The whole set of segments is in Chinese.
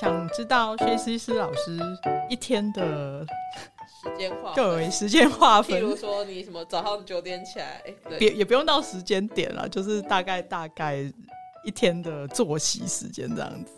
想知道薛西斯老师一天的时间划分各为时间划譬如 分，说你什么早上九点起来，哎对，别也不用到时间点了，就是大概大概一天的作息时间这样子。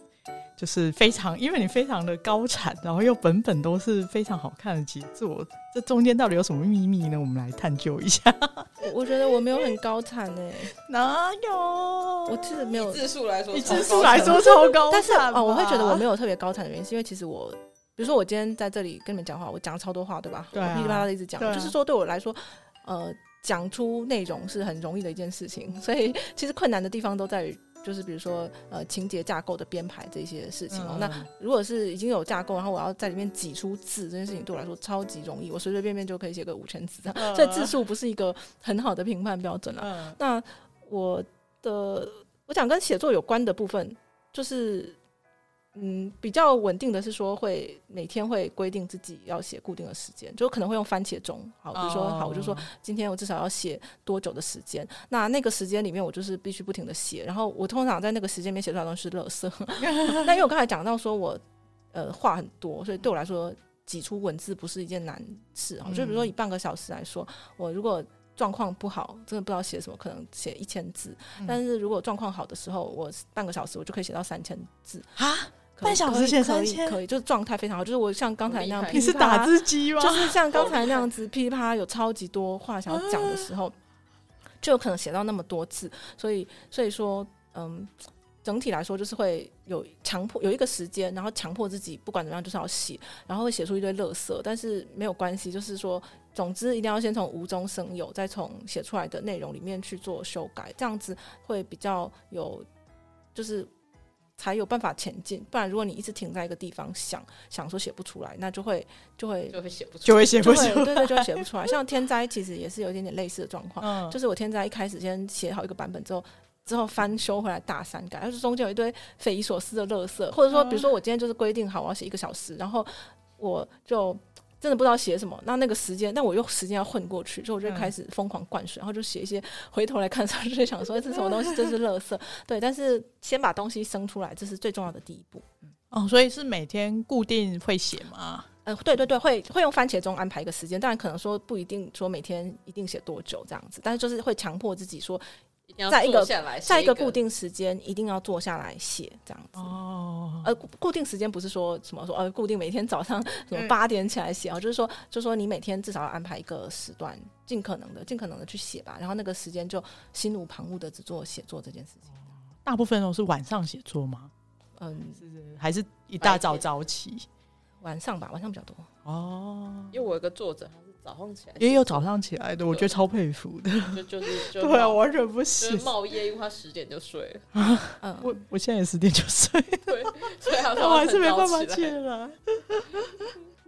就是非常，因为你非常的高产，然后又本本都是非常好看的杰作，这中间到底有什么秘密呢？我们来探究一下。 我我觉得我没有很高产哎、哪有？我我其实没有，字数来说，以字数来说，超高产吧，但是哦，我会觉得我没有特别高产的原因，是因为其实我，比如说我今天在这里跟你们讲话，我讲了超多话，对吧？对啊我噼里啪啦的一直讲，对啊就是说对我来说，呃，讲出内容是很容易的一件事情，所以其实困难的地方都在于。就是比如说，呃，情节架构的编排这些事情嗯哦。那如果是已经有架构，然后我要在里面挤出字，这件事情对我来说超级容易，我随随便便就可以写个五千字这样。嗯所以字数不是一个很好的评判标准啊啦。嗯那我的我想跟写作有关的部分，就是嗯，比较稳定的是说会每天会规定自己要写固定的时间，就可能会用番茄钟。嗯好，比如说、好，我哦就说今天我至少要写多久的时间，那那个时间里面我就是必须不停的写，然后我通常在那个时间里面写出来的东西是垃圾。 那因为我刚才讲到说我呃话很多，所以对我来说挤出文字不是一件难事嗯哦。就比如说以半个小时来说，我如果状况不好，真的不知道写什么，可能写一千字。嗯但是如果状况好的时候，我半个小时我就可以写到三千字。啊，可以半小时写可以可以3000可以，就是状态非常好。就是我像刚才那样好厉害噼你里是啪啦，打字机吗？就是像刚才那样子啊噼里啪啦有超级多话想要讲的时候，就有可能写到那么多字，所以所以说，嗯，整体来说就是会有强迫有一个时间，然后强迫自己不管怎么样就是要写，然后会写出一堆垃圾，但是没有关系，就是说，总之一定要先从无中生有，再从写出来的内容里面去做修改，这样子会比较有，就是。才有办法前进，不然如果你一直停在一个地方想想说写不出来，那就会就会就会写不出来，就会 写就不会出来对对，就会写不出来。像天灾其实也是有一点点类似的状况，嗯，就是我天灾一开始先写好一个版本之后。之后翻修回来大删改，但是中间有一堆匪夷所思的垃圾，或者说，比如说我今天就是规定好我要写一个小时，然后我就真的不知道写什么，那那个时间，但我又时间要混过去，所以我就嗯开始疯狂灌水，然后就写一些，回头来看的时候就想说哎这是什么东西，这是垃圾，对，但是先把东西生出来，这是最重要的第一步。哦，所以是每天固定会写吗？呃，对对对，会会用番茄钟安排一个时间，当然可能说不一定说每天一定写多久这样子，但是就是会强迫自己说，一定要在一个坐下来，在一个个固，定时间一定要坐下来写这样子。哦，呃，固固定时间不是说什么说呃固定每天早上什么嗯八点起来写啊，就是说就说你每天至少要安排一个时段，尽可能的尽可能的去写吧，然后那个时间就心无旁骛的只做写作这件事情。大部分都是晚上写作吗？嗯，是还是一大早早起？晚上吧，晚上比较多。哦，因为我有个作者，他是早上起来也有早上起来的，我觉得超佩服的。就就是就对啊，冒我完全不就是行。冒夜，因为他十点就睡了，嗯，我我现在也十点就睡，对，所以他但我还是没办法很早起起来。来。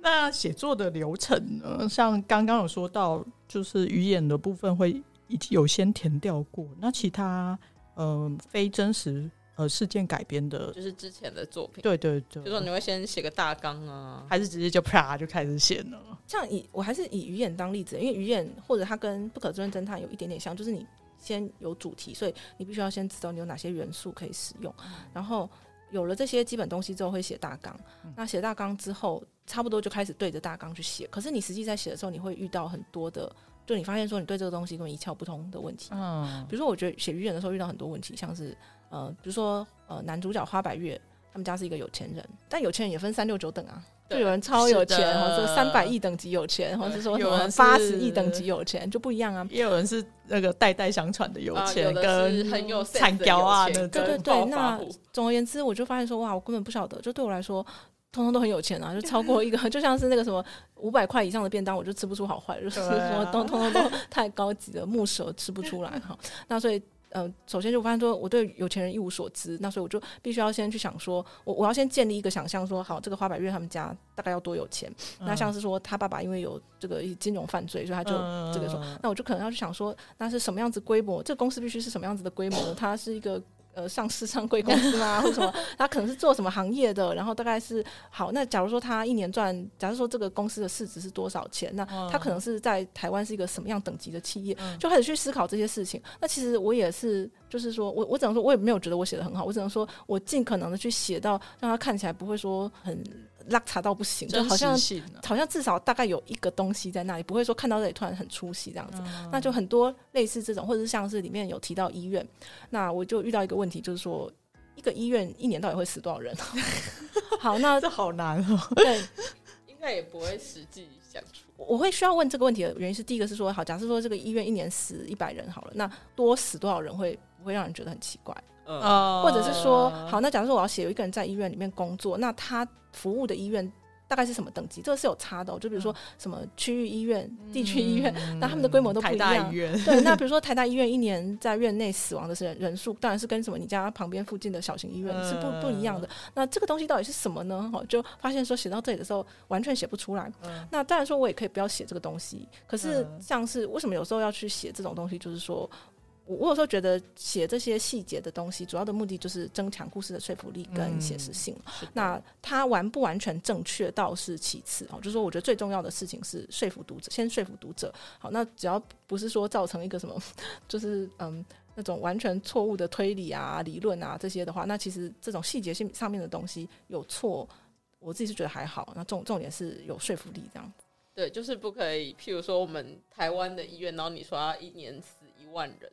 那写作的流程呢？像刚刚有说到，就是语言的部分会已经有先填掉过，那其他嗯、呃非真实呃事件改编的，就是之前的作品，对对对，就说你会先写个大纲啊，还是直接就啪就开始写呢？像以我还是以鱼眼当例子，因为鱼眼或者它跟不可知论侦探有一点点像，就是你先有主题，所以你必须要先知道你有哪些元素可以使嗯用，然后有了这些基本东西之后会写大纲。嗯那写大纲之后，差不多就开始对着大纲去写。可是你实际在写的时候，你会遇到很多的，就你发现说你对这个东西根本一窍不通的问题。嗯比如说，我觉得写鱼眼的时候遇到很多问题，像是呃，比如说呃，男主角花百月。他们家是一个有钱人，但有钱人也分三六九等啊，就对有人超有钱，是的然后说三百亿等级有钱，或者是说什呃有啊么人是八十亿等级有钱，就不一样啊。也有人是那个代代相传的有啊钱，有的是跟很有 sense 的惨屌啊有那钱种对对对暴，发那户总而言之，我就发现说，哇，我根本不晓得，就对我来说，通通都很有钱啊，就超过一个， 就像是那个什么五百块以上的便当，我就吃不出好坏，就是对啊说都通通都 太高级的木蛇吃不出来 哈。那所以。呃，首先就我发现说，我对有钱人一无所知，那所以我就必须要先去想说，我我要先建立一个想象，说好这个花百月他们家大概要多有钱，嗯那像是说他爸爸因为有这个金融犯罪，所以他就这个说，嗯那我就可能要去想说，那是什么样子规模？这个公司必须是什么样子的规模呢？它是一个呃上市上贵公司吗，或者什么，他可能是做什么行业的，然后大概是好，那假如说他一年赚，假如说这个公司的市值是多少钱，那他可能是在台湾是一个什么样等级的企业，嗯就开始去思考这些事情。那其实我也是，就是说我我只能说，我也没有觉得我写的很好，我只能说我尽可能的去写到让他看起来不会说很拉遢到不行，就真好像实性啊好像至少大概有一个东西在那里，不会说看到这里突然很出戏这样子。那就很多类似这种，或者是像是里面有提到医院，那我就遇到一个问题，就是说一个医院一年到底会死多少人？好，那这好难哦。对应该也不会实际讲出。我我会需要问这个问题的原因是，第一个是说，好，假设说这个医院一年死一百人好了，那多死多少人会不会让人觉得很奇怪？嗯，呃或者是说，好，那假如说我要写有一个人在医院里面工作，那他服务的医院大概是什么等级？这个是有差的、哦，就比如说什么区域医院、地区医院，那他们的规模都不台一大样医。院，对， 那比如说台大医院一年在院内死亡的人人数，当然是跟什么你家旁边附近的小型医院是不不一样嗯的。那这个东西到底是什么呢？哈，就发现说写到这里的时候完全写不出来。嗯那当然说我也可以不要写这个东西，可是嗯像是为什么有时候要去写这种东西，就是说。我我有时候觉得写这些细节的东西，主要的目的就是增强故事的说服力跟嗯写实性。那它完不完全正确倒是其次哦，就是说我觉得最重要的事情是说服读者，先说服读者。好，那只要不是说造成一个什么，就是嗯那种完全错误的推理啊、理论啊这些的话，那其实这种细节性上面的东西有错，我自己是觉得还好。那重重点是有说服力这样。对，就是不可以。譬如说，我们台湾的医院，然后你说要一年死一万人，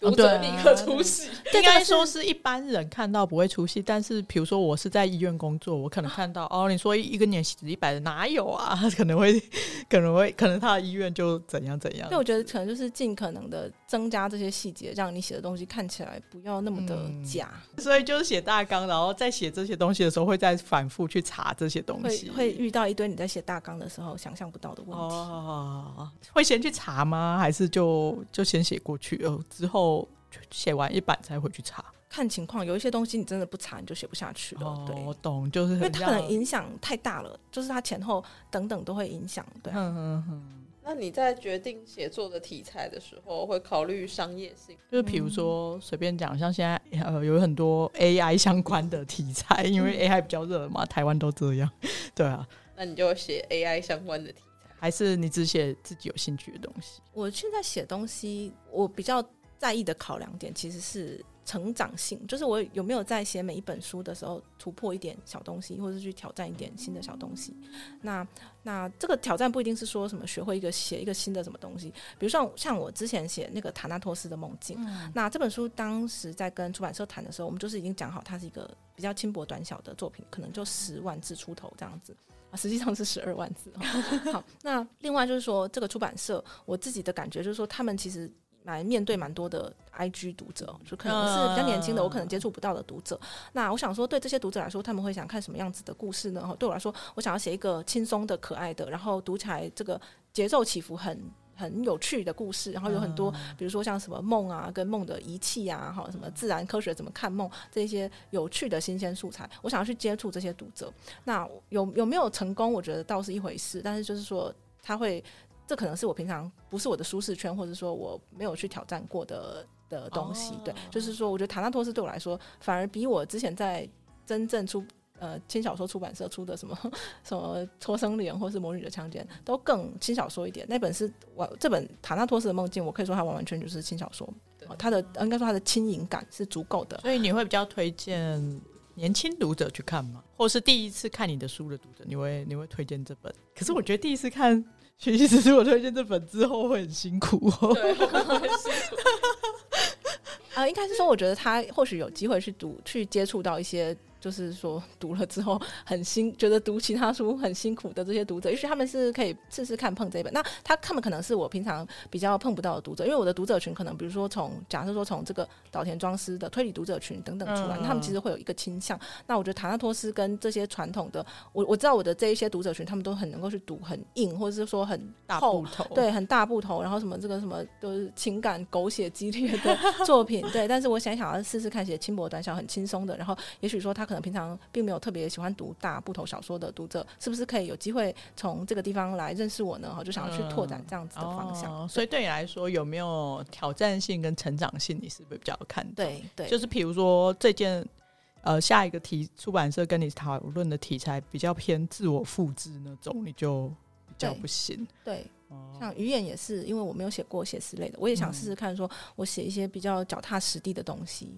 哦读对者啊立刻出戏。 应该说是一般人看到不会出戏，但是比如说我是在医院工作，我可能看 到哦，你说一个年死一百的哪有啊？ 可能会，可能会，可能他的医院就怎样怎样因为。我觉得可能就是尽可能的增加这些细节，让你写的东西看起来不要那么的嗯假，所以就是写大纲，然后在写这些东西的时候，会再反复去查这些东会西。会遇到一堆你在写大纲的时候想象不到的问题。哦，会先去查吗？还是就就先写过去？哦，之后写完一版才回去查。看情况，有一些东西你真的不查你就写不下去了，哦，对，我懂，就是因为很啊它可能像影响太大了，就是它前后等等都会影响，对啊、嗯嗯嗯，那你在决定写作的题材的时候，会考虑商业性？就是比如说随便讲，像现在呃有很多 AI 相关的题材，因为 AI 比较热嘛，台湾都这样， 对啊。那你就写 AI 相关的题材。还是你只写自己有兴趣的东西，我现在写东西，我比较在意的考量点其实是成长性，就是我有没有在写每一本书的时候突破一点小东西，或者是去挑战一点新的小东西。那那这个挑战不一定是说什么学会一个写一个新的什么东西，比如像像我之前写那个塔纳托斯的梦境，那这本书当时在跟出版社谈的时候，我们就是已经讲好它是一个比较轻薄短小的作品，可能就十万字出头这样子。啊，实际上是十二万字、哦。 好，那另外就是说，这个出版社我自己的感觉就是说，他们其实蛮面对蛮多的 IG 读者，哦就可能是比较年轻的，我可能接触不到的读者。那我想说，对这些读者来说，他们会想看什么样子的故事呢？哦对我来说，我想要写一个轻松的、可爱的，然后读起来这个节奏起伏很。很有趣的故事，然后有很多，比如说像什么梦啊，跟梦的仪器啊，哈，什么自然科学怎么看梦啊这些有趣的新鲜素材，我想要去接触这些读者。那有有没有成功，我觉得倒是一回事，但是就是说，他会，这可能是我平常不是我的舒适圈，或者说我没有去挑战过的的东西。对哦，就是说，我觉得塔纳托斯对我来说，反而比我之前在真正出呃轻小说出版社出的什么什么《托生莲》或是《魔女的强奸》都更轻小说一点。那本是我这本《塔纳托斯的梦境》，我可以说它完完全全就是轻小说，对哦它的呃应该说它的轻盈感是足够的。所以你会比较推荐年轻读者去看吗？或是第一次看你的书的读者，你会你会推荐这本？可是我觉得第一次看学习之书，我推荐这本之后会很辛苦 哦。对，我会写作呃，应该是说，我觉得他或许有机会去读、去接触到一些，就是说读了之后很辛，觉得读其他书很辛苦的这些读者，也许他们是可以试试看碰这一本。那他他们可能是我平常比较碰不到的读者，因为我的读者群可能，比如说从假设说从这个岛田庄司的推理读者群等等出来，嗯他们其实会有一个倾向。那我觉得塔纳托斯跟这些传统的，我我知道我的这一些读者群，他们都很能够去读很硬，或者是说很大厚部头，对，很大不同。然后什么这个什么都是情感狗 血激烈的作品，对。但是我想想要试试看写轻薄短小、很轻松的，然后也许说他可可能平常并没有特别喜欢读大部头小说的读者，是不是可以有机会从这个地方来认识我呢？哈，就想要去拓展这样子的方向。嗯哦，所以对你来说，有没有挑战性跟成长性，你是不是比较看重？对对，就是比如说这件呃下一个题出版社跟你讨论的题材比较偏自我复制那种，你就比较对不行。对，哦嗯像鱼眼也是，因为我没有写过写诗类的，我也想试试看，说我写一些比较脚踏实地的东西。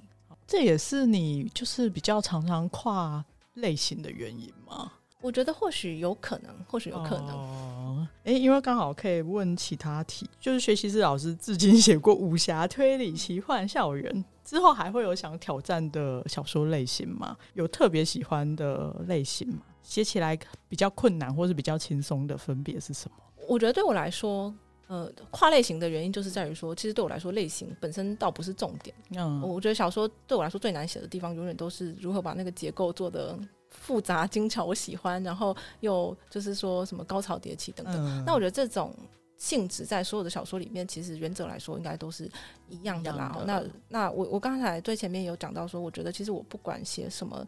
这也是你就是比较常常跨类型的原因吗？我觉得或许有可能，或许有可能。哦，哎、因为刚好可以问其他题，就是学习师老师至今写过武侠、推理、奇幻、校园，之后还会有想挑战的小说类型吗？有特别喜欢的类型吗？写起来比较困难，或是比较轻松的分别是什么？我觉得对我来说，呃，跨类型的原因就是在于说，其实对我来说，类型本身倒不是重点。嗯，我觉得小说对我来说最难写的地方，永远都是如何把那个结构做的复杂精巧，我喜欢，然后又就是说什么高潮迭起等等。嗯那我觉得这种性质在所有的小说里面，其实原则来说应该都是一样的啦。一样的那那我我刚才最前面有讲到说，我觉得其实我不管写什么。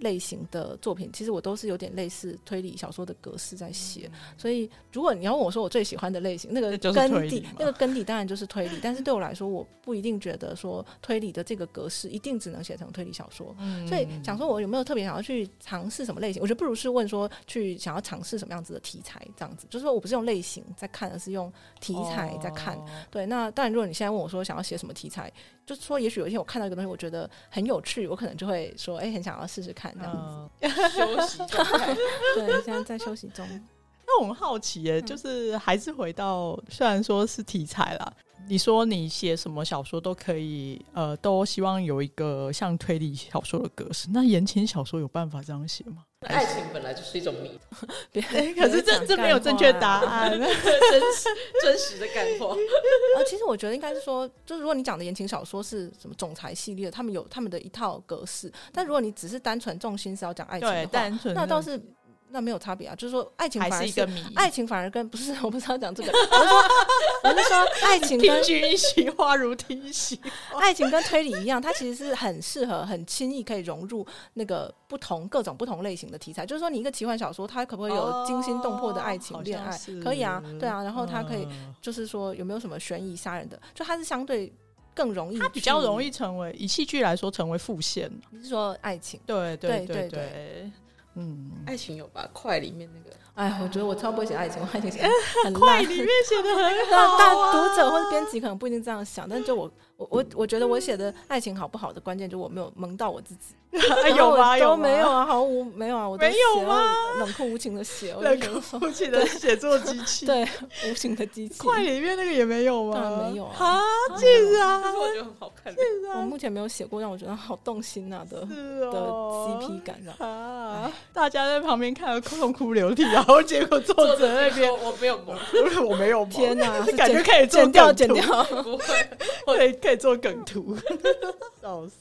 类型的作品，其实我都是有点类似推理小说的格式在写，所以如果你要问我说我最喜欢的类型，那个嗯那就是推根理底嘛，那个根底当然就是推理，但是对我来说，我不一定觉得说推理的这个格式一定只能写成推理小说，嗯所以想说，我有没有特别想要去尝试什么类型？我觉得不如是问说，去想要尝试什么样子的题材，这样子。就是说我不是用类型在看，而是用题材在看。哦对，那当然，如果你现在问我说想要写什么题材，就是说也许有一天我看到一个东西，我觉得很有趣，我可能就会说，哎、很想要试试看这样子。嗯休息状态。对，现在在休息 中。那我很好奇耶，嗯就是还是回到，虽然说是题材啦，你说你写什么小说都可以，呃，都希望有一个像推理小说的格式。那言情小说有办法这样写吗？ 爱情本来就是一种谜，别可是这这没有正确答。别讲干话啊案。 真实真实的干话。 呃，其实我觉得应该是说，就是如果你讲的言情小说是什么总裁系列，他们有他们的一套格式。但如果你只是单纯重心是要讲爱情的对，话，单纯那倒是那没有差别啊。就是说，爱情还反而是一个谜。爱情反而跟不是，哎我不是要讲这个，我是说我是 说爱情听跟君一席话，如听一席。爱情跟推理一样，它其实是很适合、很轻易可以融入那个不同各种不同类型的题材。就是说，你一个奇幻小说，它可不可以有惊心动魄的爱情哦恋爱好像是？可以啊，对啊。然后它可以嗯就是说有没有什么悬疑杀人的？就它是相对更容易，它比较容易。成为以戏剧来说成为副线。你是说爱情？对对对对对对，嗯。 爱情有吧？快里面那个哎，我觉得我超不会写爱情，我爱情 写得很快烂。里面写的很好、 那啊，但读者或者编辑可能不一定这样想，但就我我我我觉得我写的爱情好不好的关键，就我没有蒙到我自己。 哎有吗？然后我有都没有吗？啊，毫无没有啊，我都没有写吗我 冷酷无情的写，我就冷觉得说酷起的写作机器，， 对无情的机器。快里面那个也没有当吗？然没有啊哈，竟但然是我觉得很好看的，啊我目前没有写过让我觉得好动心啊的是的哦 CP 感啊。啊！大家在旁边看得痛哭流涕，然后结果作者那边，我没有萌，我没有毛，天哪，是 感觉剪可以做剪掉梗剪图掉。 不会。可以可以做梗 图，笑死！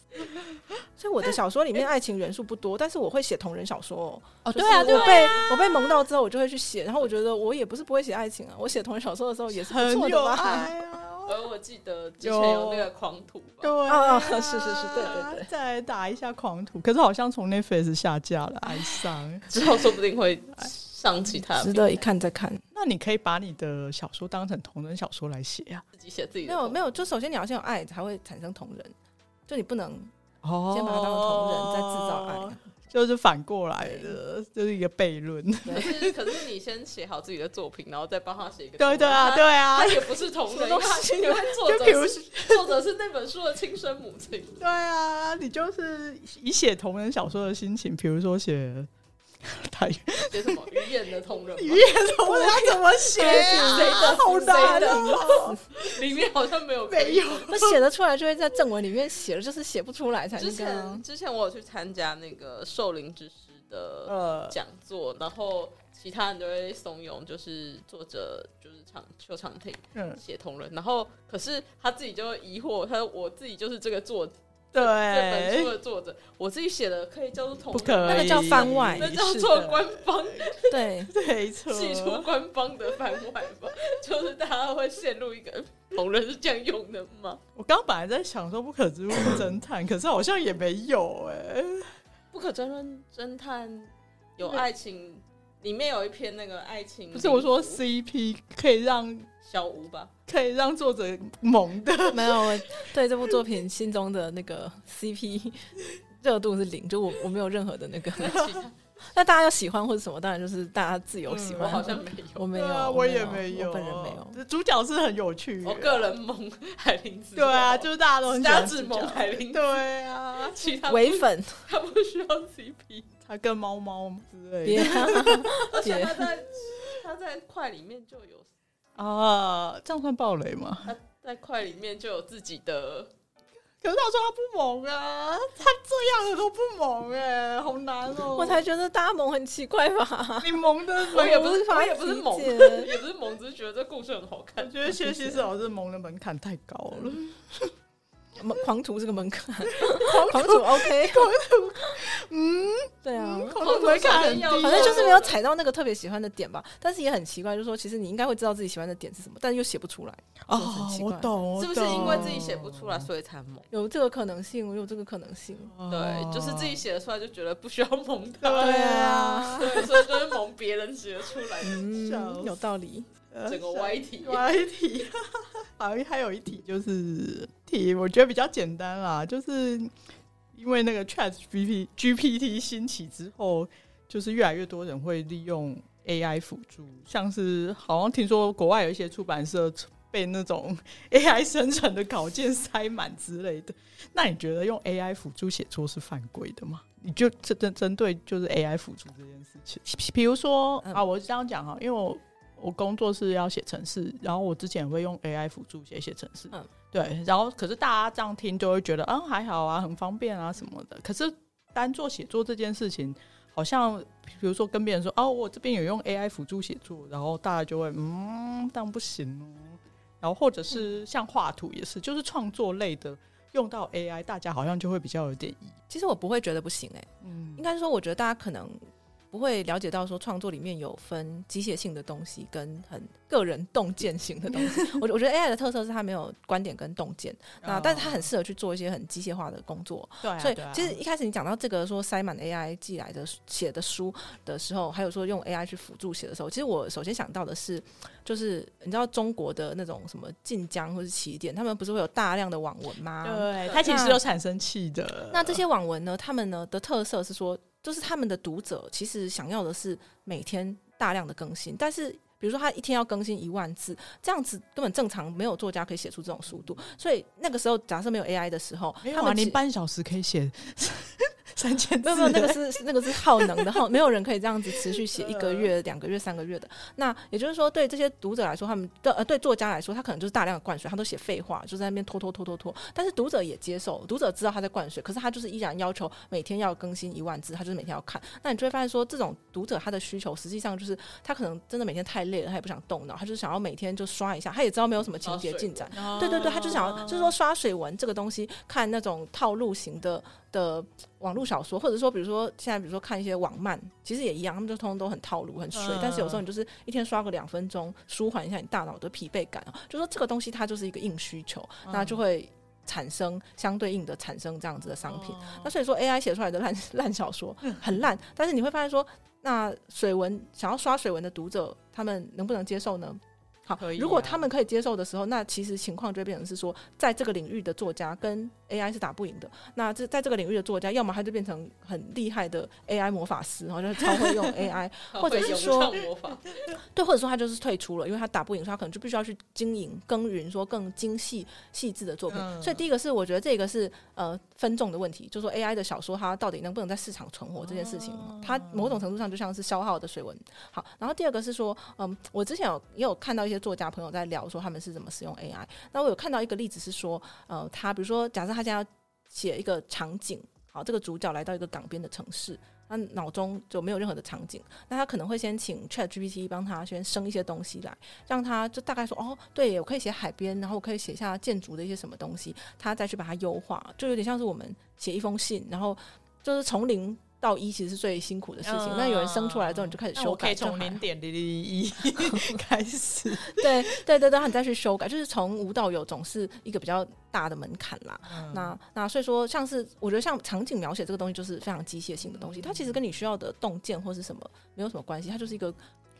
所以我的小说里面爱情元素不多，但是我会写同人小说哦。哦就是我被我被萌到之后，我就会去写。然后我觉得我也不是不会写爱情啊，我写同人小说的时候也是不很错的有吧。爱啊！而我记得之前有那个狂徒吧，对啊是是是对对对再来打一下狂徒，可是好像从 Netflix 下架了，哀 伤。之后说不定会上其他 值的，得一看再看。那你可以把你的小说当成同人小说来写啊呀、自己写自己的。没有没有，就首先你要先有爱，才会产生同人。就你不能哦先把它当成同人，再制造爱。。就是反过来的，就是一个悖论。可是 可是你先写好自己的作品，然后再帮他写一个。对对啊，对。啊他，也不是同人，因为他因为作就比如者是作者是那本书的亲生母亲， 对啊，你就是以写同人小说的心情，比如说写 台语写什么鱼眼的同人吗，同人要怎么写啊？谁的好难谁哦，里面好像没有可以没 有。 那写得出来就会在正文里面写了，就是写不出来才之那个啊前。之前我有去参加那个兽灵之师的呃，讲座，然后其他人都会怂恿，就是作者就是长邱长廷嗯，写同人，然后可是他自己就会疑惑，他说我自己就是这个作这本书对，的作者，我自己写的可以叫做同哎不人，可以，那个叫番外那叫是做的官方对，没错，系出官方的番外 吧，就是大家会陷入一个同人是这样用的吗？我刚本来在想说不可知论侦探，可是好像也没有哎、不可争论侦探有爱情，里面有一篇那个爱情，不是我说 CP 可以让小吴 吧？可以让作者萌的，没有，我对这部作品心中的那个 CP 热度是零，就我我没有任何的那个。其他那大家要喜欢或者什么，当然就是大家自由喜我欢。好像没我 有，没 有，啊我也没没有，我本人没有。。主角是很有趣，我个人萌海林子，对啊，就是大家都很喜家欢子主角萌海林，对啊，其他不唯粉，他不需要 CP，他跟猫猫之类别的而且姐他在他在快里面就有啊，这样算暴雷吗？他在快里面就有自己的，可是他说他不萌啊，他这样的都不萌哎、好难哦、我才觉得大家萌很奇怪吧。你萌的 我门也不是无法我也不是萌，理解也不是萌，只是觉得这故事很好我看。觉得学习是老师萌的门槛太高了。门狂徒这个门槛， 狂徒 OK，狂 徒，嗯，对啊。恐龙门槛很低，啊恐龙反正就是没有踩到那个特别喜欢的点吧，但是也很奇怪，就是说其实你应该会知道自己喜欢的点是什么，但是又写不出来，哦就是很奇，我怪懂， 是不是因为自己写不出来，所以才萌？有这个可能性，有这个可能性。我懂？对，就是自己哦写得出来就觉得不需要萌他，对啊， 对，所以就是萌别人写得出来的嗯笑死，有道理。啊整个歪 题。我还有一题， 好，还有一题就是题，我觉得比较简单啦，就是因为那个 Chat G P G P T 兴起之后，就是越来越多人会利用 A I 辅助，像是好像听说国外有一些出版社被那种 A I 生成的稿件塞满之类的。那你觉得用 A I 辅助写作是犯规的吗？你就针针针对就是 A I 辅助这件事情，比如说嗯啊，我这样讲哈，因为我我工作是要写程式，然后我之前也会用 AI 辅助写写程式，嗯对，然后可是大家这样听就会觉得，嗯，还好啊，很方便啊什么的。可是单做写作这件事情，好像比如说跟别人说，哦，我这边有用 AI 辅助写作，然后大家就会，嗯，但不行哦。然后或者是嗯像画图也是，就是创作类的用到 AI，大家好像就会比较有点疑，其实我不会觉得不行哎、嗯应该说，我觉得大家可能不会了解到说创作里面有分机械性的东西跟很个人洞见型 的东西。我我觉得 AI 的特色是它没有观点跟洞见，那、啊但是它很适合去做一些很机械化的工作。啊对、啊，所以哦对啊其实一开始你讲到这个说塞满 AI 寄来的写的书的时候，还有说用 AI 去辅助写的时候，其实我首先想到的是，就是你知道中国的那种什么晋江或是起点，他们不是会有大量的网文吗？啊对，它其实有产生气的。啊那这些网文呢，他们呢的特色是说，就是他们的读者其实想要的是每天大量的更新，但是。比如说，他一天要更新一万字，这样子根本正常没有作家可以写出这种速度。所以那个时候，假设没有 AI 的时候，没有他啊，们你其半小时可以 写三千没字有欸，没有，那个是是那个是耗能的耗，没有人可以这样子持续写一个月、两个月、三个月的。那也就是说，对这些读者来说，他们对呃对作家来说，他可能就是大量的灌水，他都写废话，就在那边拖拖拖拖拖。但是读者也接受，读者知道他在灌水，可是他就是依然要求每天要更新一万字，他就是每天要看。那你就会发现说，这种读者他的需求实际上就是他可能真的每天太累了，他也不想动脑，他就是想要每天就刷一下，他也知道没有什么情节进展，哦对对对，他就想要，就是说刷水文这个东西，看那种套路型的的网络小说，或者说比如说现在比如说看一些网漫，其实也一样，他们就通通都很套路很水，嗯但是有时候你就是一天刷个两分钟，舒缓一下你大脑的疲惫感啊，就说这个东西它就是一个硬需求，那就会产生相对应的产生这样子的商品。哦那所以说 AI 写出来的烂 烂小说嗯很烂，但是你会发现说，那水文想要刷水文的读者，他们能不能接受呢？好可以，如果啊他们可以接受的时候，那其实情况就会变成是说，在这个领域的作家跟 AI 是打不赢的。那这在这个领域的作家，要么他就变成很厉害的 AI 魔法师，然后就是超会用 AI，或者是说会咏唱魔法，对，或者说他就是退出了，因为他打不赢，所以他可能就必须要去经营、耕耘，说更精细、细致的作品。嗯所以第一个是我觉得这个是呃分众的问题，就说 AI 的小说它到底能不能在市场存活这件事情，它某种程度上就像是消耗的水文。好，然后第二个是说，嗯，我之前有也有看到一些作家朋友在聊说他们是怎么使用 AI，那我有看到一个例子是说，呃，他比如说假设他现在要写一个场景，好，这个主角来到一个港边的城市。他脑中就没有任何的场景，那他可能会先请 Chat GPT 帮他先生一些东西来，让他就大概说哦，对耶，我可以写海边，然后我可以写下建筑的一些什么东西，他再去把它优化，就有点像是我们写一封信，然后就是从零到一其实是最辛苦的事情。嗯那有人生出来之后，你就开始那修我可改以就还好，从零点零零 一开始。对对对对，然后你再去修改，就是从无到有总是一个比较大的门槛啦。嗯那那所以说，像是我觉得像场景描写这个东西就是非常机械性的东西，它其实跟你需要的洞见或是什么没有什么关系，它就是一个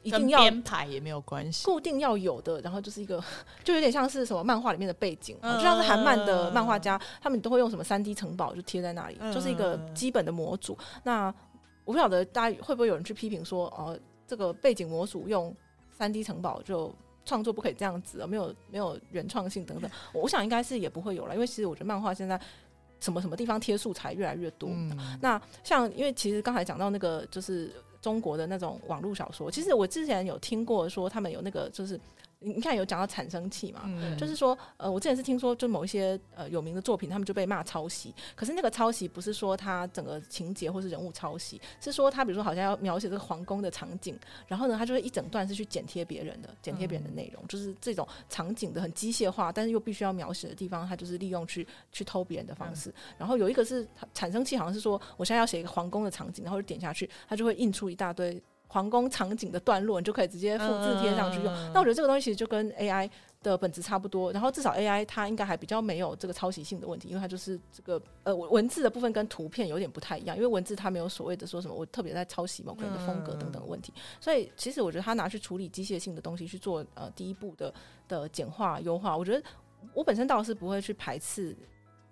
一跟定要编排也没有关系，固定要有的，然后就是一个 就有点像是什么漫画里面的背景，嗯就像是韩漫的漫画家，他们都会用什么三 D 城堡就贴在那里，嗯就是一个基本的模组。那我不晓得大家会不会有人去批评说，哦、这个背景模组用三 D 城堡就。创作不可以这样子啊，没有没有原创性等等，我我想应该是也不会有了，因为其实我觉得漫画现在什么什么地方贴素材越来越多，嗯那像因为其实刚才讲到那个就是中国的那种网络小说，其实我之前有听过说他们有那个就是你你看有讲到产生器嘛。嗯就是说，呃，我之前是听说，就某一些呃有名的作品，他们就被骂抄袭。可是那个抄袭不是说他整个情节或是人物抄袭，是说他比如说好像要描写这个皇宫的场景，然后呢，他就会一整段是去剪贴别人的，剪贴别人的内容，嗯就是这种场景的很机械化，但是又必须要描写的地方，他就是利用去去偷别嗯人的方式。然后有一个是它产生器，好像是说我现在要写一个皇宫的场景，然后就点下去，它就会印出一大堆皇宫场景的段落，你就可以直接复制贴上去用。嗯那我觉得这个东西其实就跟 AI 的本质差不多，然后至少 AI 它应该还比较没有这个抄袭性的问题，因为它就是这个呃文文字的部分跟图片有点不太一样，因为文字它没有所谓的说什么我特别在抄袭某个人的风格等等的问题，所以其实我觉得它拿去处理机械性的东西去做呃第一步的的简化优化，我觉得我本身倒是不会去排斥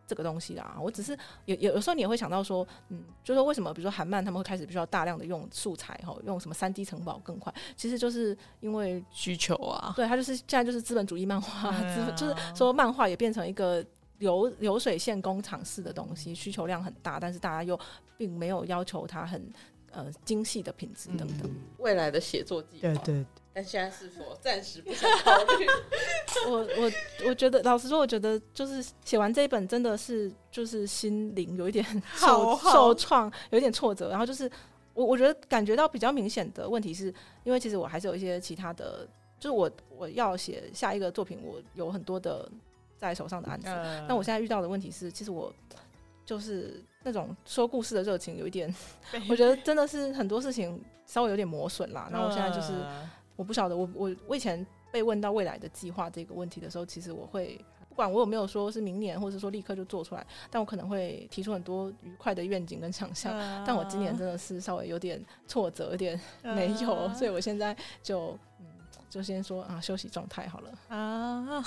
这个东西啦。我只是有有有时候你也会想到说，嗯，就说为什么比如说韩漫他们会开始必须要大量的用素材哈，用什么三 D 城堡更快，其实就是因为需求啊，对它就是现在就是资本主义漫画，对啊资本就是说漫画也变成一个。流流水线工厂式的东西，需求量很大，但是大家又并没有要求它很呃精细的品质等等。未来的写作计划。嗯对对但现在是说暂时不想考虑。 我我我觉得，老实说，我觉得就是写完这一本，真的是就是心灵有一 点受好好受创，有一点挫折。然后就是我我觉得感觉到比较明显的问题是，因为其实我还是有一些其他的，就是我我要写下一个作品，我有很多的在手上的案子。呃那我现在遇到的问题是，其实我就是那种说故事的热情有一点，我觉得真的是很多事情稍微有点磨损啦。然后我现在就是。啊我不晓得，我我我以前被问到未来的计划这个问题的时候，其实我会不管我有没有说是明年，或者说立刻就做出来，但我可能会提出很多愉快的愿景跟想象。呃但我今年真的是稍微有点挫折，有点没有，呃所以我现在就嗯，就先说啊休息状态好了。 啊，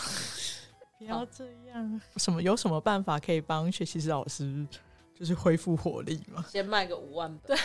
不要这样。什么有什么办法可以帮学习指导师就是恢复活力 吗？先卖个五万本，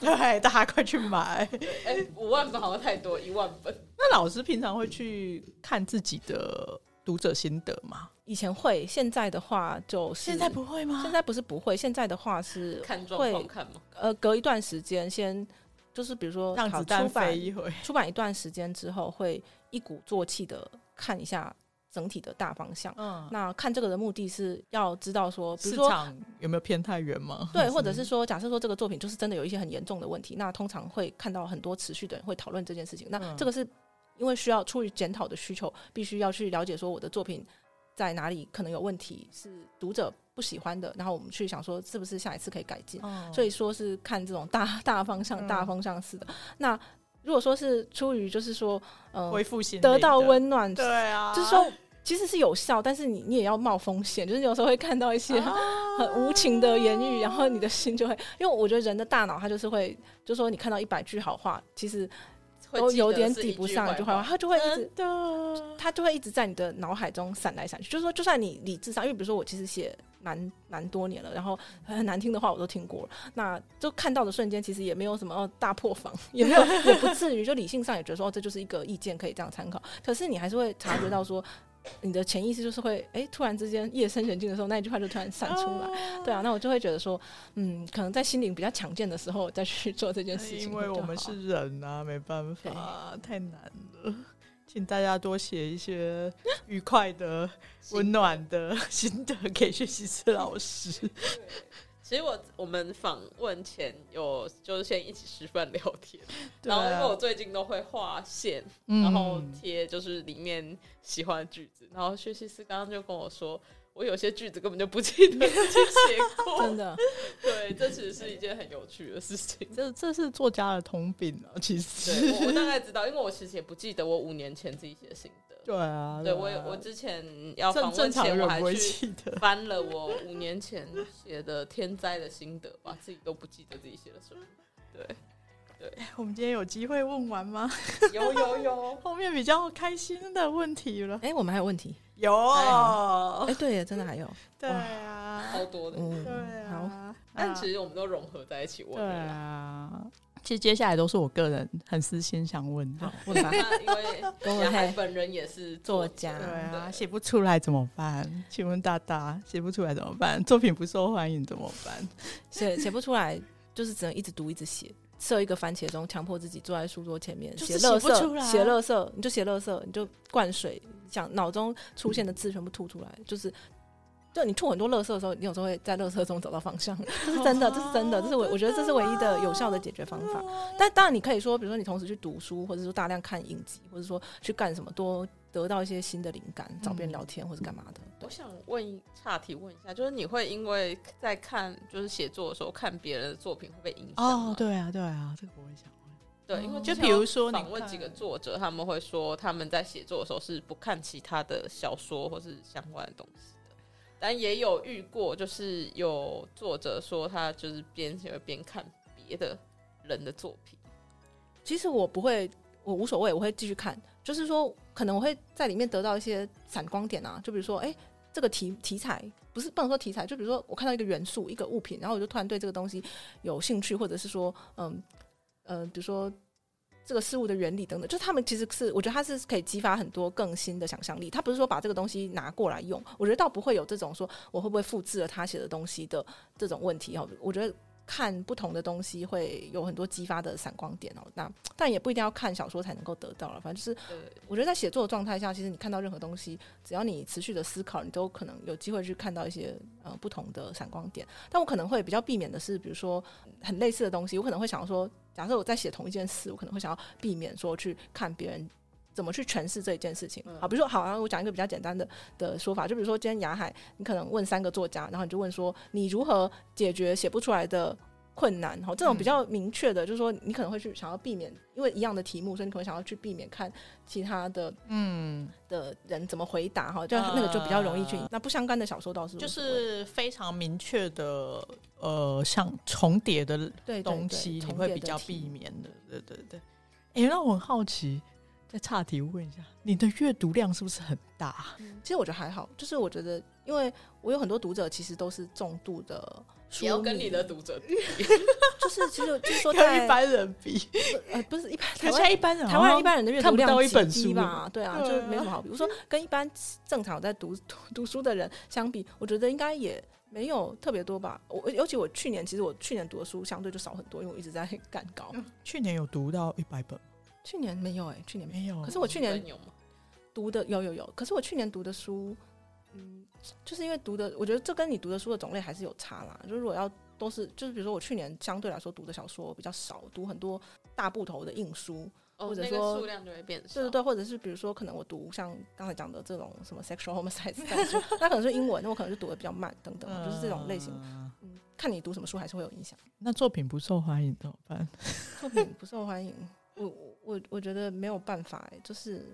对，大家快去买。哎，五万本好像太多，一万本。那老师平常会去看自己的读者心得吗？以前会，现在的话就是会吗现在不是不会，现在的话是看状会况看嘛，呃隔一段时间先就是比如说让哦好子弹出版飞一回。出版一段时间之后，会一鼓作气的看一下整体的大方向。嗯，那看这个的目的是要知道说，比如市说场嗯有没有偏太远吗？对，或者是说，假设说这个作品就是真的有一些很严重的问题，那通常会看到很多持续的人会讨论这件事情。那嗯这个是因为需要出于检讨的需求，必须要去了解说我的作品在哪里可能有问题，是读者不喜欢的，然后我们去想说是不是嗯下一次可以改进。哦所以说是看这种大 大方向、嗯大方向式的。那如果说是出于就是说，呃，恢复心灵得到的，温暖，对啊，就是说其实是有效，但是你你也要冒风险， 就是有时候会看到一啊些很无情的言语，然后你的心就会，因为我觉得人的大脑它就是会，就说你看到一百句好话，其实会都记得有点是一抵不句上一坏句坏话，话。它就会一直真的，它就会一直在你的脑海中闪来闪去。就是说，就算你理智上，因为比如说我其实写蛮蛮多年了，然后很难听的话我都听过了，那就看到的瞬间其实也没有什么、哦、大破防，也没有也不至于就理性上也觉得说哦这就是一个意见可以这样参考，可是你还是会察觉到说。你的潜意识就是会，哎、突然之间夜深人静的时候，那一句话就突然闪出来，对啊，那我就会觉得说，嗯，可能在心灵比较强健的时候再去做这件事哎情，因为我们，是人啊，没办法，太难了。请大家多写一些愉快的、温暖的心得给学习师老 师。其实我我们访问前有就是先一起吃饭聊天， 对然啊后因为我最近都会画线，嗯然后贴就是里面喜欢的句子，然后薛 西斯刚刚就跟我说，我有些句子根本就不记得自己写过，真的，对，对，这其实是一件很有趣的事情。这这是作家的通病啊，其实对，我我大概知道，因为我其实也不记得我五年前自己写心得。 对啊，对啊我也我之前要正访正问常前，我人还不会去记得。翻了我五年前写的天灾的心得吧，自己都不记得自己写了什么。 我们今天有机会问完吗？ 有有有，后面比较开心的问题了。 哎、我们还有问题？ 有，哎、对耶，真的还有。 对啊，超多的。嗯，对好，啊，但啊其实我们都融合在一起问对了啦。啊，其实接下来都是我个人很私心想问的。问吧。那因为跟我雅涵嘿本人也是作家，家对啊，对写不出来怎么办？请问大大，写不出来怎么办？作品不受欢迎怎么办？写写不出来，就是只能一直读，一直写。设一个番茄钟，强迫自己坐在书桌前面就是写垃写不出来圾，写垃圾，你就写垃圾，你就灌水，想脑中出现的字全部吐出来，就是。就你吐很多垃圾的时候，你有时候会在垃圾中找到方向， 这是真的，这是真的，这是我我觉得这是唯一的有效的解决方法。嗯但当然，你可以说，比如说你同时去读书，或者说大量看影集，或者说去干什么，多得到一些新的灵感，找别人聊天或者干嘛的。我想问一岔题问一下，就是你会因为在看就是写作的时候看别人的作品会被影响吗哦，对啊，对啊，这个我也想问。对，因为就之前比如说你哦访问看几个作者，他们会说他们在写作的时候是不看其他的小说或是相关的东西的，但也有遇过，就是有作者说他就是边写边看别的人的作品。其实我不会，我无所谓，我会继续看。就是说，可能我会在里面得到一些闪光点啊，就比如说，哎、这个题题材不是不能说题材，就比如说我看到一个元素、一个物品，然后我就突然对这个东西有兴趣，或者是说，嗯呃，比如说这个事物的原理等等，就他们其实是我觉得它是可以激发很多更新的想象力。它不是说把这个东西拿过来用，我觉得倒不会有这种说我会不会复制了他写的东西的这种问题哦。我觉得看不同的东西会有很多激发的闪光点哦。那但也不一定要看小说才能够得到了，反正就是对，我觉得在写作的状态下，其实你看到任何东西，只要你持续的思考，你都可能有机会去看到一些呃不同的闪光点。但我可能会比较避免的是，比如说很类似的东西，我可能会想说，假设我在写同一件事，我可能会想要避免说去看别人。怎么去诠释这一件事情？好，比如说，好，啊，我讲一个比较简单的的说法，就比如说，今天雅海，你可能问三个作家，然后你就问说，你如何解决写不出来的困难？好，这种比较明确的，就是说，你可能会去想要避免，因为一样的题目，所以你可能想要去避免看其他的嗯，的人怎么回答哈，就那个就比较容易去。啊那不相干的小说倒是无就所谓是非常明确的，呃，像重叠的对对东对西，你重会叠比的较题避免的。对对对。哎、那我很好奇，再岔题问一下，你的阅读量是不是很大？其实我觉得还好，就是我觉得，因为我有很多读者其实都是重度的书也要跟迷你的，读者就是 其实就是说跟一在般人比，呃不是一般可台是现在湾一般人好台湾像一般人的阅看不读量到一极本低书吧，对啊，对就是没啊什么好比。我说跟一般正常在读 读读书的人相比，我觉得应该也。没有特别多吧，我尤其我去年，其实我去年读的书相对就少很多，因为我一直在 赶稿。嗯去年有读到一百本吗，去年没有哎、去年没有。没有？可是我去年有吗？读的有有有，可是我去年读的书，嗯，就是因为读的，我觉得这跟你读的书的种类还是有差啦。就是我要都是，就是比如说我去年相对来说读的小说比较少，读很多大部头的硬书，哦，或者那个说数量就会变少。对对对，或者是比如说可能我读像刚才讲的这种什么 sexual homicide 这种书， 那可能是英文，那我可能就读的比较慢等等，就是这种类型。嗯嗯，看你读什么书还是会有影响。那作品不受欢迎怎么办？作品不受欢迎， 我我我觉得没有办法、欸，就是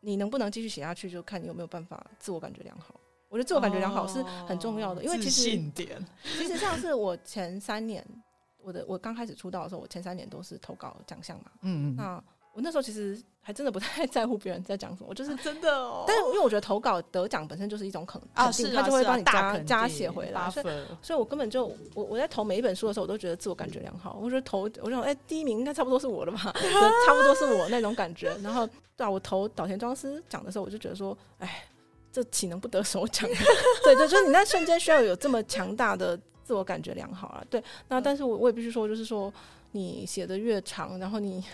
你能不能继续写下去，就看你有没有办法自我感觉良好。我觉得自我感觉良好是很重要的，因为哦其自实信点，其实像是我前三年，我的我刚开始出道的时候，我前三年都是投稿奖项嘛。嗯，那我那时候其实还真的不太在乎别人在讲什么，我就是是真的哦但是因为我觉得投稿得奖本身哦就是一啊种肯肯定，他就会帮你加加写回来，所以分所以我根本就我我在投每一本书的时候，我都觉得自我感觉良好。我觉得投，我想哎、第一名应该差不多是我的吧， 就差不多是我那种感觉。然后对啊，我投岛田庄司奖的时候，我就觉得说，哎，这岂能不得首奖？ 对对，就是你那瞬间需要有这么强大的自我感觉良好啊。对，那但是我我也必须说，就是说你写的越长，然后你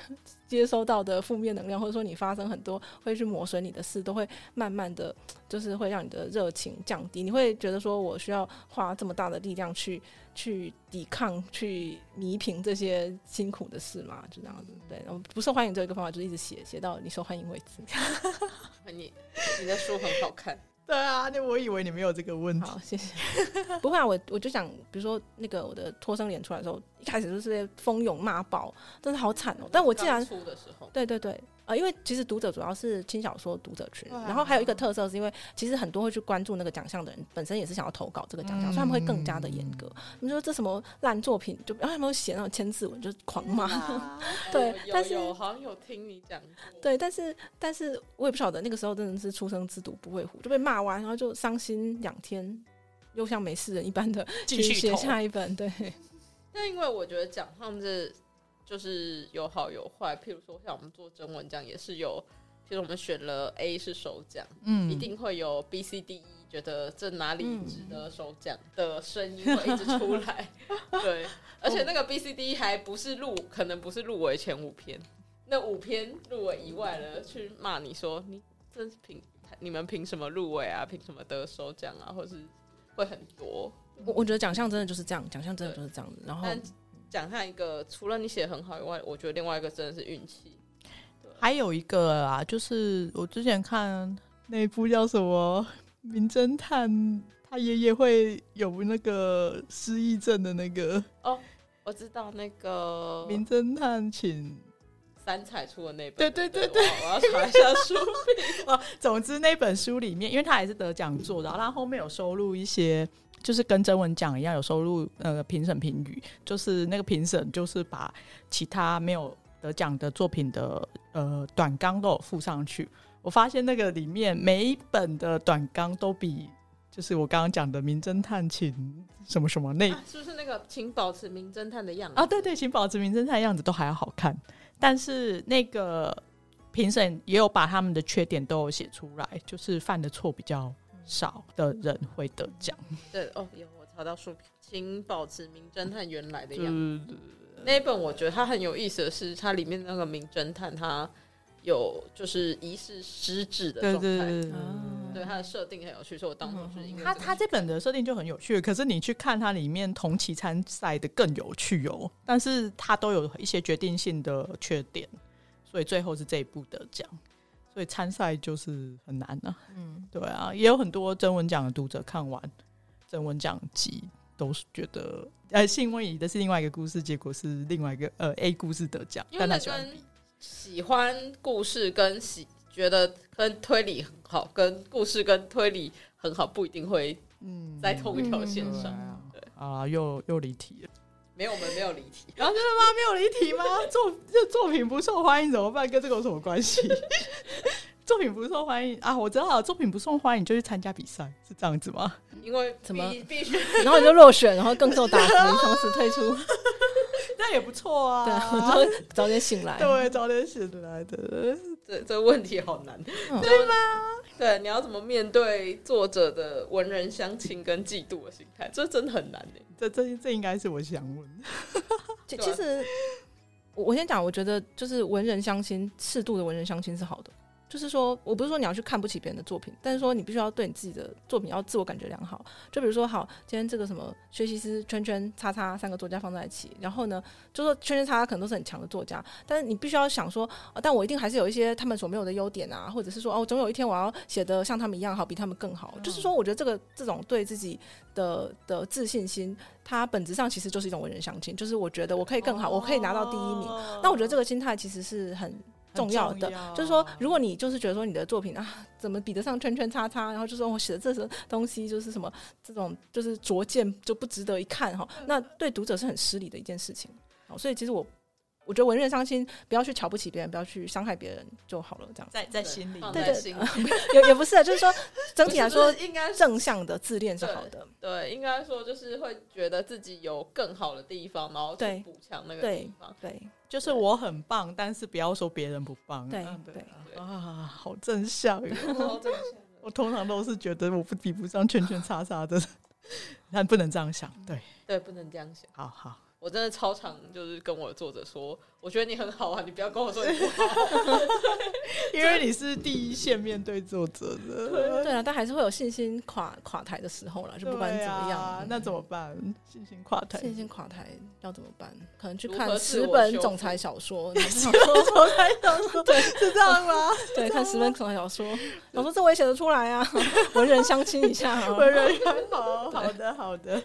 接收到的负面能量，或者说你发生很多会去磨损你的事，都会慢慢的就是会让你的热情降低，你会觉得说我需要花这么大的力量去去抵抗、去弥平这些辛苦的事嘛？就这样子，对，然后不受欢哎迎这个方法就是一直写，写到你受欢迎为止。很你你的书很好看，对啊，那我以为你没有这个问题好，。谢谢。不会啊，我我就想，比如说那个我的脱生脸出来的时候，一开始就是被蜂拥骂爆，真的好惨哦。 但我竟然刚出的时候，对对对，呃，因为其实读者主要是轻小说读者群，对啊然后还有一个特色是因为其实很多会去关注那个奖项的人，本身也是想要投稿这个奖项，所以他们会更加的严格。嗯你说这什么烂作品，就然后他们会写那种千字文，就是狂骂。 啊对哦有但是有好像有听你讲过， 对，但是但是我也不晓得那个时候真的是初生之犊不畏虎，就被骂完，然后就伤心两天，又像没事人一般的 继续写投嗯下一本。对，那因为我觉得奖项这就是有好有坏，譬如说像我们做征文奖也是有，譬如我们选了 A 是首奖，嗯一定会有 B、C、D、E 觉得这哪里嗯值得首奖的声音会一直出来，嗯 对，而且那个 B、C、D 还不是入，可能不是入围前五篇，那五篇入围以外了，去骂你说你这是凭你们凭什么入围啊，凭什么得首奖啊，或是会很多，我我觉得奖项真的就是这样，奖项真的就是这样子。然哦后但讲下一个，除了你写得很好以外，我觉得另外一个真的是运气。还有一个啊，就是我之前看那部叫什么《名侦探》，他爷爷会有那个失忆症的那个我知道那个《名侦探请三彩出的那本，对对对对我要我要查一下书。 总之那本书里面，因为他也是得奖作的，然后他后面有收录一些，就是跟征文奖一样，有收录呃评审评语，就是那个评审就是把其他没有得奖的作品的呃短纲都有附上去。我发现那个里面每一本的短纲都比就是我刚刚讲的《名侦探请什么什么》那啊是不是那个请保持名侦探的样子？啊，对对，请保持名侦探的样子都还要好看，但是那个评审也有把他们的缺点都有写出来，就是犯的错比较少的人会得奖，对哦，有我查到书评，请保持名侦探原来的就样子。是那一本我觉得它很有意思的是，它里面那个名侦探他有就是疑似失智的对对状态，对对对啊对它的设定很有趣，所以我当初就是因为他这个他这本的设定就很有趣，可是你去看它里面同期参赛的更有趣哦，但是它都有一些决定性的缺点，所以最后是这一部得奖，所以参赛就是很难啊。嗯，对啊，也有很多征文奖的读者看完征文奖集，都是觉得呃，幸运的是另外一个故事，结果是另外一个呃 A 故事得奖，因为但他那喜欢跟喜欢故事跟喜觉得跟推理很好，跟故事跟推理很好不一定会嗯在同一条线对上。啊啊，又又离题了没有，我们没有离题。啊！真的吗？没有离 题吗？作这作品不受欢迎怎么办？跟这个有什么关系？ 作品不受欢迎啊！我知道了，作品不受欢迎就去参加比赛，是这样子吗？因为怎么必必须然后你就落选，然后更受打 击，从此退出。那也不错啊。对，我就早点醒来。对，早点醒来的。这这问题好难，嗯对吗？对，你要怎么面对作者的文人相亲跟嫉妒的心态？这真的很难欸诶。这这这应该是我想问的。其对啊其实我我先讲，我觉得就是文人相亲，适度的文人相亲是好的。就是说，我不是说你要去看不起别人的作品，但是说你必须要对你自己的作品要自我感觉良好。就比如说，好，今天这个什么学习师圈圈叉叉三个作家放在一起，然后呢，就说圈圈叉叉可能都是很强的作家，但是你必须要想说、呃但我一定还是有一些他们所没有的优点啊，或者是说，哦，总有一天我要写的像他们一样好，比他们更好。嗯就是说，我觉得这个这种对自己的的自信心，它本质上其实就是一种文人相亲，就是我觉得我可以更好，我可以拿到第一名。哦那我觉得这个心态其实是很重要的，很重要就是说，如果你就是觉得说你的作品 啊，怎么比得上圈圈叉叉，然后就说我写的这些东西就是什么这种就是拙见就不值得一看哈，那对读者是很失礼的一件事情。好，所以其实我我觉得文人相亲，不要去瞧不起别人，不要去伤害别人就好了，这样在在心里，放对在对心里，也 也不是啊，就是说整体来不说是不是应该正向的自恋是好的。对，应该说就是会觉得自己有更好的地方，然后去对补强那个对地方。对就是我很棒，但是不要说别人不棒。对嗯对，啊，好正向 哦。哦这个 我通常都是觉得我不比不上圈圈叉叉的，但不能这样想。对，对，不能这样想。好好，我真的超常就是跟我的作者说，我觉得你很好啊，你不要跟我说你不好。 因为你是第一线面对作者的，对啊，但还是会有信心垮垮台的时候啦，就不管怎么对样，啊那怎么办？信心垮台，信心垮台要怎么办？可能去如看何自十我本修总复啊裁 小说，然后想我才想说，对， 是这样吗？对，看十本总裁小说，我说这我也写得出来啊，文人相亲一下、啊，文人很好，好的，好的，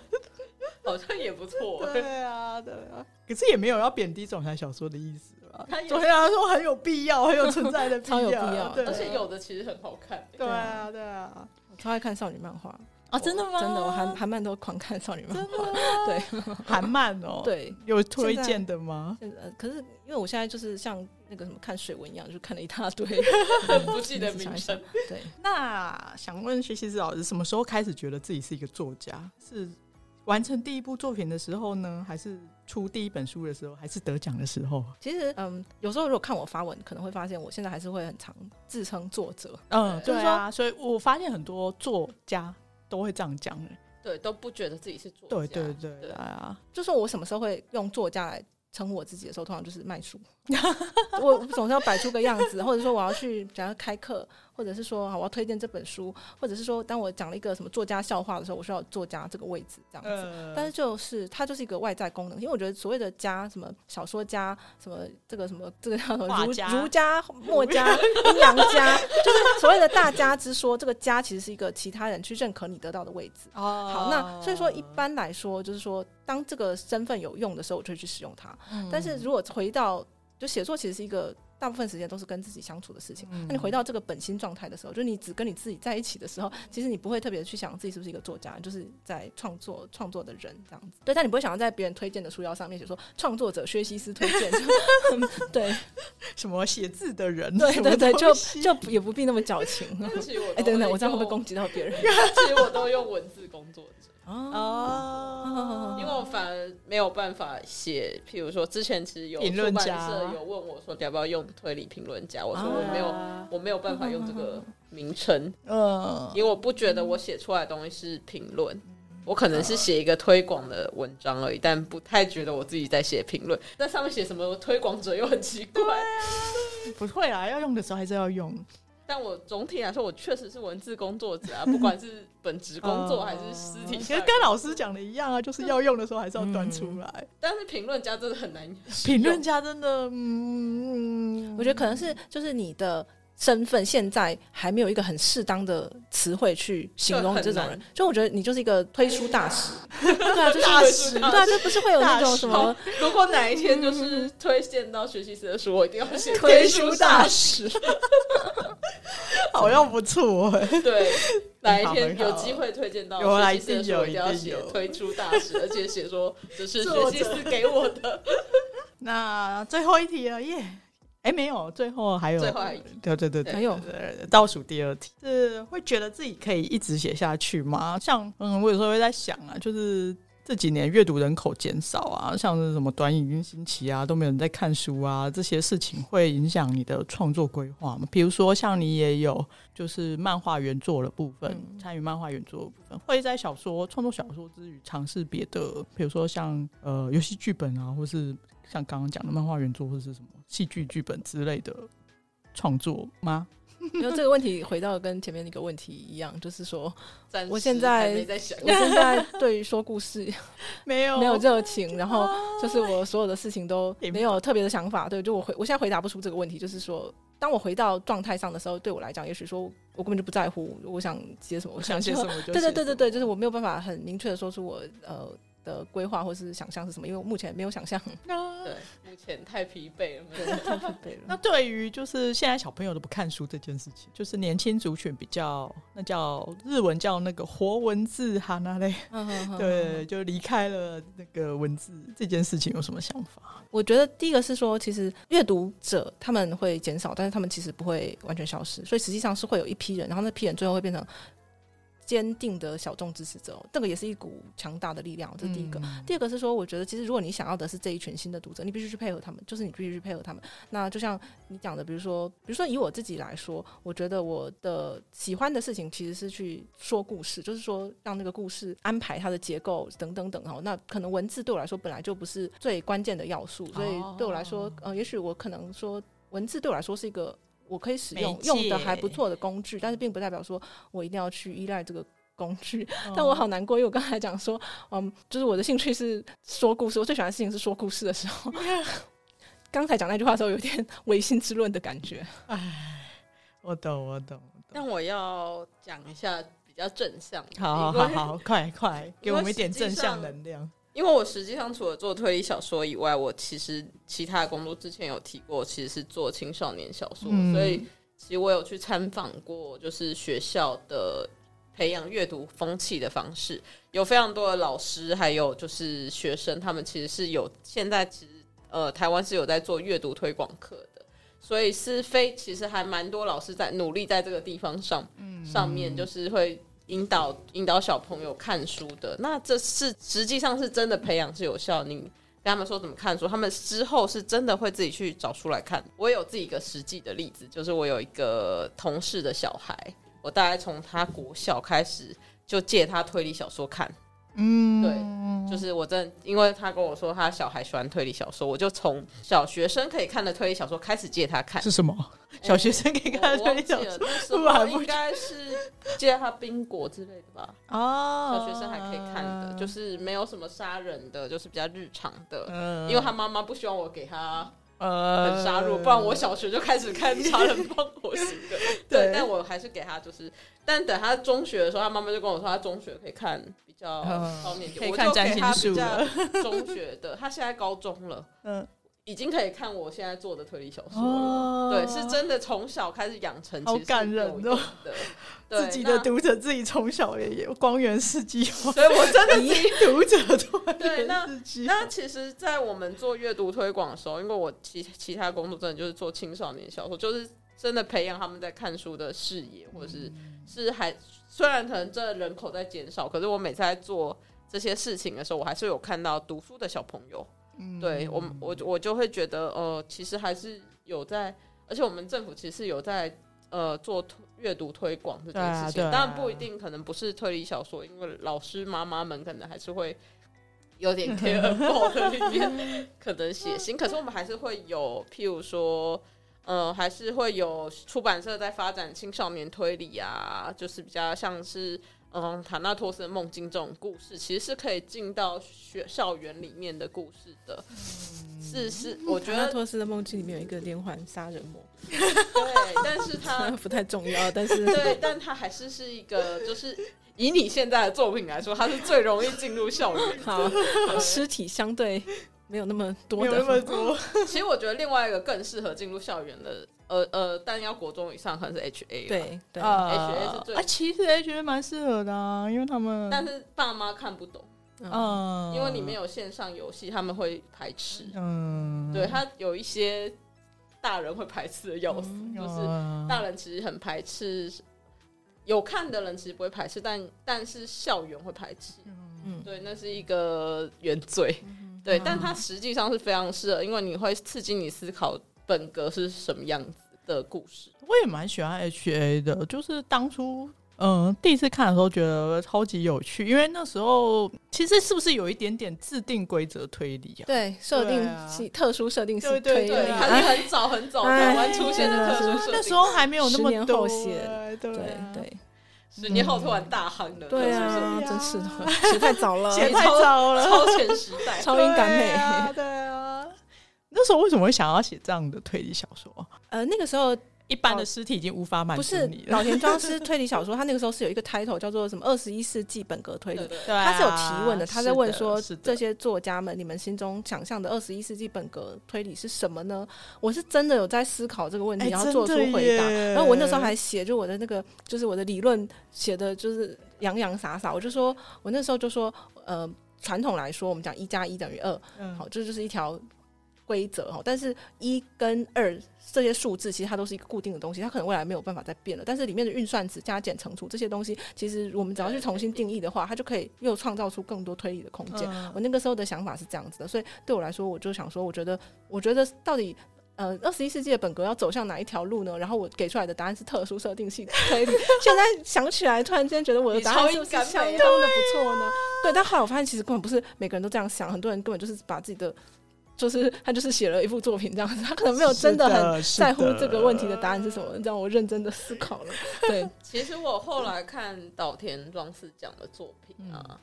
好像也不错。欸对啊，对啊。可是也没有要贬低总裁小说的意思吧他？也总裁小说很有必要，很有存在的必超有必要对而且有的其实很好看、欸对啊，对啊。我超爱看少女漫画，啊哦真的吗真的，我韩韩漫都狂看少女漫真画，的吗韩漫哦，，对。有推荐的吗？现在呃可是因为我现在就是像那个什么看水文一样，就看了一大堆，不 记得名想一想称。对，那想问学习子老师，什么时候开始觉得自己是一个作家？是完成第一部作品的时候呢，还是出第一本书的时候，还是得奖的时候？其实嗯，有时候如果看我发文，可能会发现我现在还是会很常自称作者，嗯，就是对说啊，所以我发现很多作家都会这样讲的。对，都不觉得自己是作家。对对对对啊，就说我什么时候会用作家来称呼我自己的时候，通常就是 卖书。我我总是要摆出个样子，或者说我要去，假如开课，或者是说好我要推荐这本书，或者是说当我讲了一个什么作家笑话的时候，我需要有作家这个位置这样子。呃但是就是它就是一个外在功能，因为我觉得所谓的家，什么小说家，什么这个什么这个叫什么画儒家儒家、墨家、阴阳 家，就是所谓的大家之说，这个家其实是一个其他人去认可你得到的位置。哦好，那所以说一般来说，就是说当这个身份有用的时候，我就会去使用它。但是如果回到就写作，其实是一个大部分时间都是跟自己相处的事情。那你回到这个本心状态的时候，就是你只跟你自己在一起的时候，其实你不会特别去想自己是不是一个作家，就是在创作创作的人这样子。对，但你不会想要在别人推荐的书腰上面写说创作者薛西斯推荐，就 对什么写字的人，对什么对对，就东西就也不必那么矫 情。对，其实我哎，等等，我这样会不 会工？攻击到别 人？其实我都用文字工作者。哦，因为我反而没有办法写，譬如说之前其实有评论出版家社有问我说要不要用推理评论家，我说啊嗯我没有，我没有办法用这个名称，嗯，因为我不觉得我写出来的东西是评论。我可能嗯是写一个推广的文章而已，但不太觉得我自己在写评论。在上面写什么推广者又很奇怪。不会啦，要用的时候还是要用。但我总体来说，我确实是文字工作者啊，不管是本职工作哦还是私底其下实。跟老师讲的一样啊，就是要用的时候还是要端出来。但是评论家真的 很难使用，评论家真的，嗯，我觉得可能是就是你的身份现在还没有一个很适当的词汇去形容你这这种很人，就我觉得你就是一个推书大使， 对啊，就是大使对啊，就不是会有那大种使什好么，如果哪一天就是推荐到学习师的书，我一定要写 使， 好像不错哎、 对，哪一天很好有很好机会推荐到有啊学习师的书，我一定有要一定写有推出大使，而且写说这是学作习者师给 我的。那最后一题了耶！哎、没有，最后还有，最后还有一题对对对对，对还有对倒数第二题是会觉得自己可以一直写下去吗？像嗯，我有时候会在想啊，就是这几年阅读人口减少啊，像是什么短影音兴起啊，都没有人在看书啊，这些事情会影响你的创作规划吗？比如说像你也有就是漫画原作的部分，嗯参与漫画原作的部分，会在小说创作小说之余尝试别的，比如说像呃游戏剧本啊，或是像刚刚讲的漫画原作或是什么戏剧剧本之类的创作吗？因为这个问题回到跟前面那个问题一样，就是说暂时我现在还没在想，我现在对于说故事没有没有热情，然后就是我所有的事情都也没有特别的想法，对，就我回我现在回答不出这个问题，就是说。当我回到状态上的时候，对我来讲，也许说我根本就不在乎，我想写什么，我我想写什么什。么就对对对写对对，就是我没有办法很明确的说出我呃的规划或是想象是什么，因为我目前没有 想象。什么。对，目前太疲惫了，没有太疲惫那了。对于就是现在小朋友都不看书这件事情，就是年轻族群比较，那叫日文叫那个活文字哈那类，嗯那对，，就离开了那个文字这件事情有什么想法？我觉得第一个是说，其实阅读者他们会减少，但是他们其实不会完全消失，所以实际上是会有一批人，然后那批人最后会变成坚定的小众支持者哦，这个也是一股强大的力量哦。这是第一个。嗯第二个是说，我觉得其实如果你想要的是这一群新的读者，你必须去配合他们，就是你必须去配合他们。那就像你讲的，比如说，比如说以我自己来说，我觉得我的喜欢的事情其实是去说故事，就是说让那个故事安排它的结构等等等哈。那可能文字对我来说本来就不是最关键的要素，所以哦对我来说，呃，也许我可能说文字对我来说是一个。我可以使用媒介用的还不错的工具，但是并不代表说我一定要去依赖这个工具。哦但我好难过，因为我刚才讲说，嗯，就是我的兴趣是说故事，我最喜欢的事情是说故事的时候。刚才讲那句话的时候，有点 唯心之论的感觉。我懂，我懂，我懂。但我要讲一下比较正向的，好因为好好好，快快给我们一点正向能量。因为我实际上除了做推理小说以外，我其实其他的工作之前有提过，其实是做青少年小说，嗯所以其实我有去参访过，就是学校的培养阅读风气的方式，有非常多的老师还有就是学生，他们其实是有现在其实呃台湾是有在做阅读推广课的。所以是非其实还蛮多老师在努力在这个地方上、上面，就是会引导引导小朋友看书的。那这是实际上是真的培养是有效，你跟他们说怎么看书，他们之后是真的会自己去找书来看。我有自己一个实际的例子，就是我有一个同事的小孩，我大概从他国小开始就借他推理小说看。嗯，就是我真的，因为他跟我说他小孩喜欢推理小说，我就从小学生可以看的推理小说开始借他看。是什么？小学生可以看我推忘理记小了，说那时我还候不应该是借他冰果之类的吧，哦小学生还可以看的，就是没有什么杀人的，就是比较日常的。嗯因为他妈妈不希望我给他呃很杀戮，不然我小学就开始看杀人放火型 的。对对，但我还是给他就是，但等他中学的时候，他妈妈就跟我说，他中学可以看比较嗯高年级，可以我看就给他占星比术了 较中学的。他现在高中了，嗯已经可以看我现在做的推理小说了。哦对，是真的从小开始养成，好感人哦的。对 自己的那读者自己从小也有光源世纪化，所以我真的己读者都对那世纪那其实，在我们做阅读推广的时候，因为我其其他工作真的就是做青少年小说，就是真的培养他们在看书的视野，或者是、是还虽然可能这人口在减少，可是我每次在做这些事情的时候，我还是有看到读书的小朋友。嗯对我们，我我就会觉得，呃，其实还是有在，而且我们政府其实有在呃做推阅读推广这件事情，对啊对啊当然不一定，可能不是推理小说，因为老师妈妈们可能还是会有 点 care about 里面可能写嗯信，可是我们还是会有，譬如说。呃，还是会有出版社在发展青少年推理啊，就是比较像是嗯塔纳托斯的梦境这种故事，其实是可以进到学校园里面的故事的。是是，我觉得嗯托斯的梦境里面有一个连环杀人魔，对，但是它 不太重要，但是啊对，但它还是是一个，就是以你现在的作品来说，它是最容易进入校园。 好， 尸体相对没有那么没多有那么的，多，其实我觉得另外一个更适合进入校园的，呃呃，但要国中以上可能是 HA 啦。对对，呃 HA 是最啊，其实 H A 蛮适合的啊，因为他们但是爸妈看不懂，嗯，嗯，因为里面有线上游戏，他们会排斥。嗯，对，它有一些大人会排斥的要素，嗯就是是大人其实很排斥，有看的人其实不会排斥，但但是校园会排斥。嗯对，那是一个原罪。对，但它实际上是非常适合，因为你会刺激你思考本格是什么样子的故事。我也蛮喜欢 H A 的，就是当初嗯第一次看的时候觉得超级有趣，因为那时候其实是不是有一点点制定规则推理啊？对，设对定啊系特殊设定系对对推对，理啊它是很早很早哎台湾出现的特殊设定，那时候还没有那十么年多后写哎对对啊对十年后突然大夯的，对是不啊，对啊真是 的，写太早了，写太早了是，超前时代。超音感对啊美。对啊，那时候为什么会想要写这样的推理小说啊？呃，那个时候一般的尸体已经无法满哦不足是你了，岛田庄司推理小说，他那个时候是有一个 title 叫做什么“二十一世纪本格推对理”，对，对啊他是有提问的，他在问说是的这些作家们，你们心中想象的二十一世纪本格推理是什么呢？我是真的有在思考这个问题，哎然后做出真的回答。耶然后我那时候还写，就我的那个，就是我的理论写的，就是洋洋洒洒。我就说，我那时候就说，呃，传统来说，我们讲一加一等于二，嗯好，这就是一条规则哈，但是一跟二这些数字其实它都是一个固定的东西，它可能未来没有办法再变了。但是里面的运算值、加减、乘除这些东西，其实我们只要去重新定义的话，它就可以又创造出更多推理的空间。嗯我那个时候的想法是这样子的，所以对我来说，我就想说，我觉得，我觉得到底。呃，二十一世纪的本格要走向哪一条路呢？然后我给出来的答案是特殊设定系 推理。现在想起来，突然间觉得我的你答超案是不是敢相美当的不错呢？对，但后来我发现其实根本不是每个人都这样想，很多人根本就是把自己的，就是他就是写了一部作品这样子，他 可能没有真的很是在乎这个问题的。的答案是什么。让我认真的思考了，对，其实我后来看岛田庄司讲的作品啊，嗯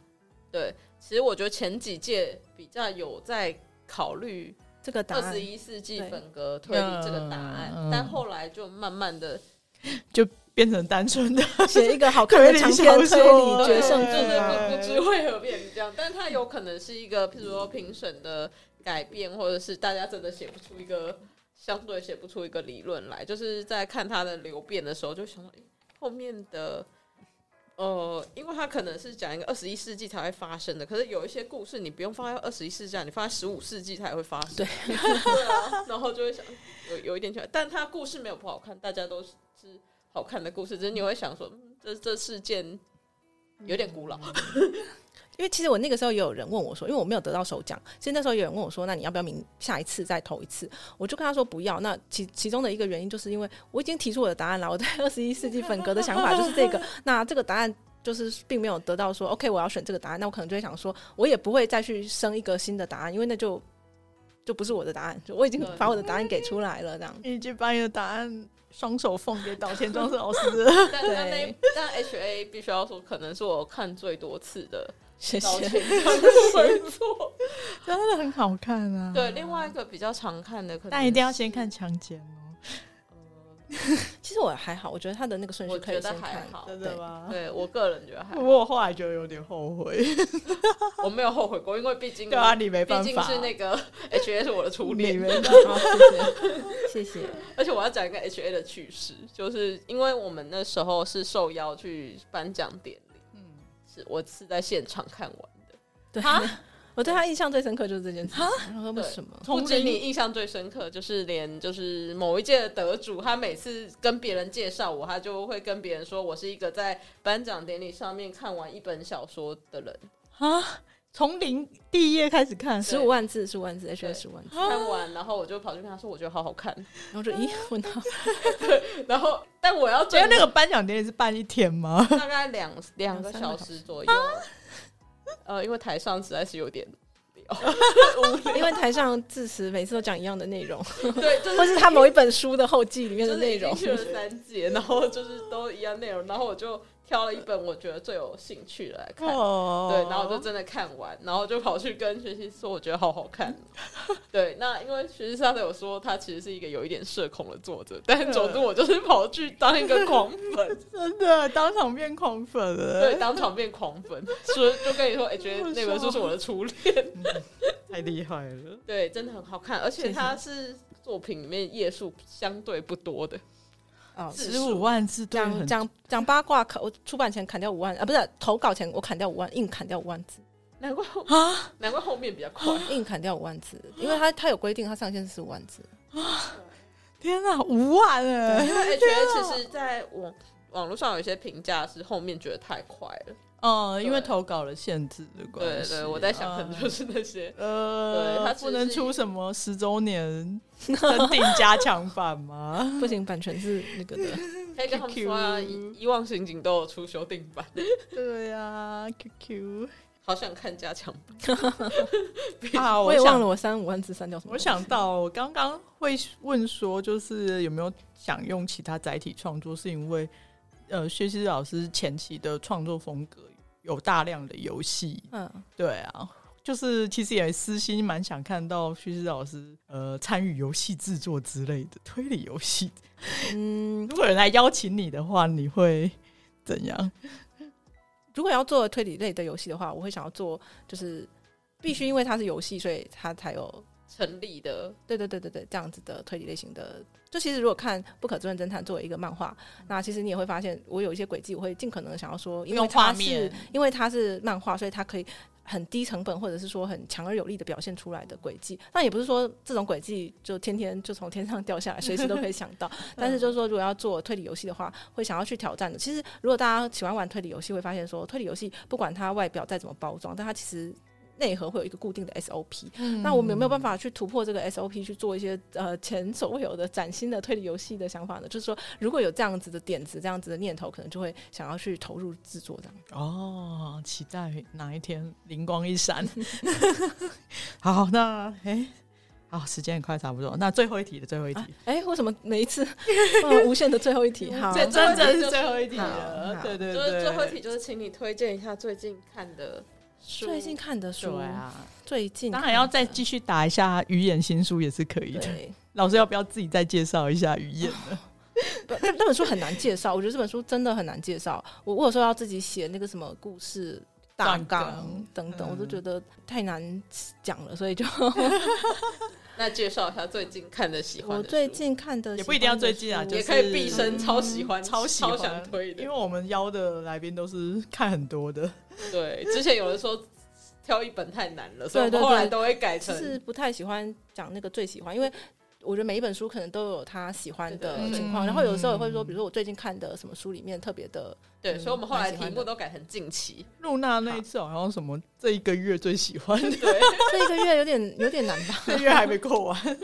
对，其实我觉得前几届比较有在考虑这个答二案十一世纪对本格推理这个答案，嗯嗯但后来就慢慢的变成单纯的，写一个好看的长 篇推理决胜就是剧啊，不不知为何变成这样，但它有可能是一个，譬如说评审的改变，或者是大家真的写不出一个相对写不出一个理论来，就是在看它的流变的时候，就想到、诶后面的。呃，因为它可能是讲一个二十一世纪才会发生的，可是有一些故事你不用放在二十一世纪啊，你放在十五世纪才会发生。对对啊，然后就会想有有一点奇怪，但它故事没有不好看，大家都是是好看的故事，只是你会想说，嗯、这这事件有点古老。因为其实我那个时候也有人问我说，因为我没有得到首奖，其实那时候有人问我说，那你要不要明下一次再投一次？我就跟他说不要。那其其中的一个原因就是因为我已经提出我的答案了，我对 二十一世纪本格的想法就是这个。那这个答案就是并没有得到说 OK，我要选这个答案，那我可能就会想说，我也不会再去生一个新的答案，因为那就就不是我的答案，就我已经对把我的答案给出来了， 这样。你已经把你的答案双手奉给岛田庄司老师了，但但那但 H A 必须要说，可能是我看最多次的谢刀谢。剑工作。 真的很好看啊。对，另外一个比较常看的，可能但一定要是先看。强奸哦，呃其实我还好，我觉得他的那个顺序我可觉以得先还看。好，真的吗？对我个人觉得还不好，过我后来就有点后悔，我没有后悔过，因为毕竟对啊，你没毕办竟法，是那个 H A 是我的初你恋，没 办法。好，谢谢，谢谢。而且我要讲一个 H A 的趣事，就是因为我们那时候是受邀去颁奖典礼，嗯是我是在现场看完的。对啊，我对他印象最深刻就是这件事情。然后为对什么？不同止龄你印象最深刻，就是连就是某一届的得主，他每次跟别人介绍我，他就会跟别人说我是一个在颁奖典礼上面看完一本小说的人，啊，从零第一页开始看，十五万字，十五万字，H 对 S 十五万字。看完然后我就跑去跟他说我觉得好好看，然后就 咦，问到然后但我要所追以那个颁奖典礼是办一天吗？大概两两个两三个小时左右，呃，因为台上实在是有点因为台上致辞每次都讲一样的内容，对，就是或是他某一本书的后记里面就的是内已经容。去了三届，然后就是都一样内容，然后我就挑了一本我觉得最有兴趣的来看， 哦对，然后我就真的看完，然后就跑去跟学习说，我觉得好好 看。对，那因为学习上次有说他其实是一个有一点社恐的作者，但嗯总之我就是跑去当一个狂 粉，真的当场变狂粉对，了，当场变狂粉，所以就跟你说，哎、觉得那本书是我的初恋，太厉害了。对，真的很好看，而且谢谢它是作品里面页数相对不多的， 哦字十五万字对讲很讲讲八卦，砍我出版前砍掉五万啊，不是投稿前我砍掉五万，硬砍掉五万字，难怪后啊，难怪后面比较快。硬砍掉五万字，因为他他有规定，他上限是五万字。天哪，五万哎！因为 H A 其实在网网络上有一些评价是后面觉得太快了，哦，因为对投稿的限制的关对系，对，我在想可能嗯就是那些。呃，对它其实不能是出什么十周 年增订加强版吗？不行，版权是那个的。可以跟他们说啊， QQ 遗遗忘刑警都有出修订版，对啊呀，QQ 好想看加强版。 啊，我也想忘了我删五万字删掉什么。我想到，我刚刚会问说，就是有没有想用其他载体创作，是因为呃，薛西老师前期的创作风格有大量的游戏，嗯，对啊，就是其实也私心蛮想看到薛西老师呃参与游戏制作之类的推理游戏。嗯，如果有人来邀请你的话，你会怎样？如果要做推理类的游戏的话，我会想要做，就是必须因为它是游戏，所以它才有成立的，对对对对对这样子的推理类型的。就其实如果看《不可知论侦探》作为一个漫画，那其实你也会发现，我有一些轨迹，我会尽可能想要说，因为用画它是面因为它是漫画，所以它可以很低成本，或者是说很强而有力的表现出来的轨迹。那也不是说这种轨迹就天天就从天上掉下来，随时都可以想到。但是就是说，如果要做推理游戏的话，会想要去挑战的。其实如果大家喜欢玩推理游戏，会发现说，推理游戏不管它外表再怎么包装，但它其实内核会有一个固定的 SOP。那我们有没有办法去突破这个 SOP 去做一些呃前所未有的崭新的推理游戏的想法呢？就是说，如果有这样子的点子、这样子的念头，可能就会想要去投入制作这样。哦，期待哪一天灵光一闪。 好，那哎、诶好，时间也快差不多。那最后一题的最后一题，哎、为什么每一 次、呃、无限的最后一题？好，这哦真的就是是嗯最后一题好了。好对对就是对，最后一题，就是请你推荐一下最近看的书。最近看的书，对啊，最近当然要再看继续打一下鱼眼新书也是可以的的。对，老师要不要自己再介绍一下鱼眼呢？不这这本书很难介绍，我觉得这本书真的很难介绍。我我有时候要自己写那个什么故事。大大纲纲等等，嗯我都觉得太难讲了，所以就那介绍一下最近看的喜欢 我的书最近看的也不一定要最近啊喜欢的书就也是可以毕生超喜欢、嗯超喜超欢想推的因为。我们邀的来宾都是看很多的，对，之前有人说挑一本太难了，所以我对们对后来对都会改其成实不太喜欢讲那个最喜欢，因为我觉得每一本书可能都有他喜欢的对对对情况，嗯然后有时候也会说，比如说我最近看的什么书里面特别的，对，嗯所以我们后来蛮喜欢题的目都改成近期。露娜那一次好像什么这一个月最喜欢 的，对，这一个月有点有点难吧。这个月还没过完。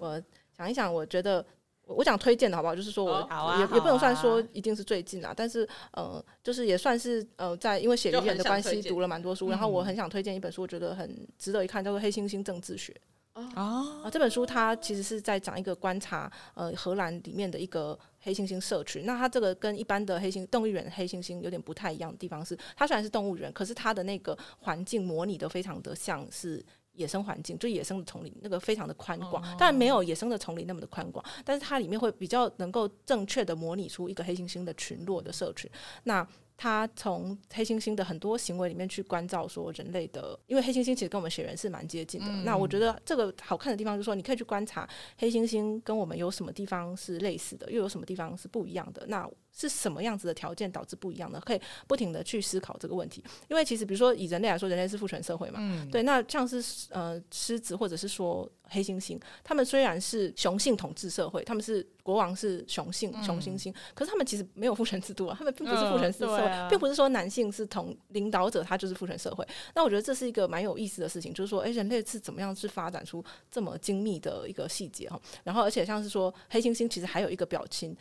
我想一想，我觉得我我讲推荐的好 不好？就是说我哦好啊也好啊也不能算说一定是最近啊，但是呃，就是也算是呃，在因为写就语言很的想关推系荐读了蛮多书，然后嗯我很想推荐一本书，我觉得很值得一看，叫做《黑猩猩政治学》。啊啊，这本书它其实是在讲一个观察，呃，荷兰里面的一个黑猩猩社区。那它这个跟一般的黑猩动物园黑猩猩有点不太一样的地方是，它虽然是动物园，可是它的那个环境模拟的非常的像是。野生环境就野生的丛林，那个非常的宽广，当然没有野生的丛林那么的宽广，但是它里面会比较能够正确的模拟出一个黑猩猩的群落的社群。那他从黑猩猩的很多行为里面去关照说人类的，因为黑猩猩其实跟我们血缘是蛮接近的。那我觉得这个好看的地方就是说，你可以去观察黑猩猩跟我们有什么地方是类似的，又有什么地方是不一样的。那是什么样子的条件导致不一样的？可以不停的去思考这个问题，因为其实比如说以人类来说，人类是父权社会嘛，对。那像是呃狮子或者是说黑猩猩，他们虽然是雄性统治社会，他们是国王是雄性雄猩猩，可是他们其实没有父权制度啊，他们并不是父权嗯制社对会，啊并不是说男性是统领导者，他就是父权社会。那我觉得这是一个蛮有意思的事情，就是说，哎、人类是怎么样去发展出这么精密的一个细节哈？然后，而且像是说黑猩猩其实还有一个表情，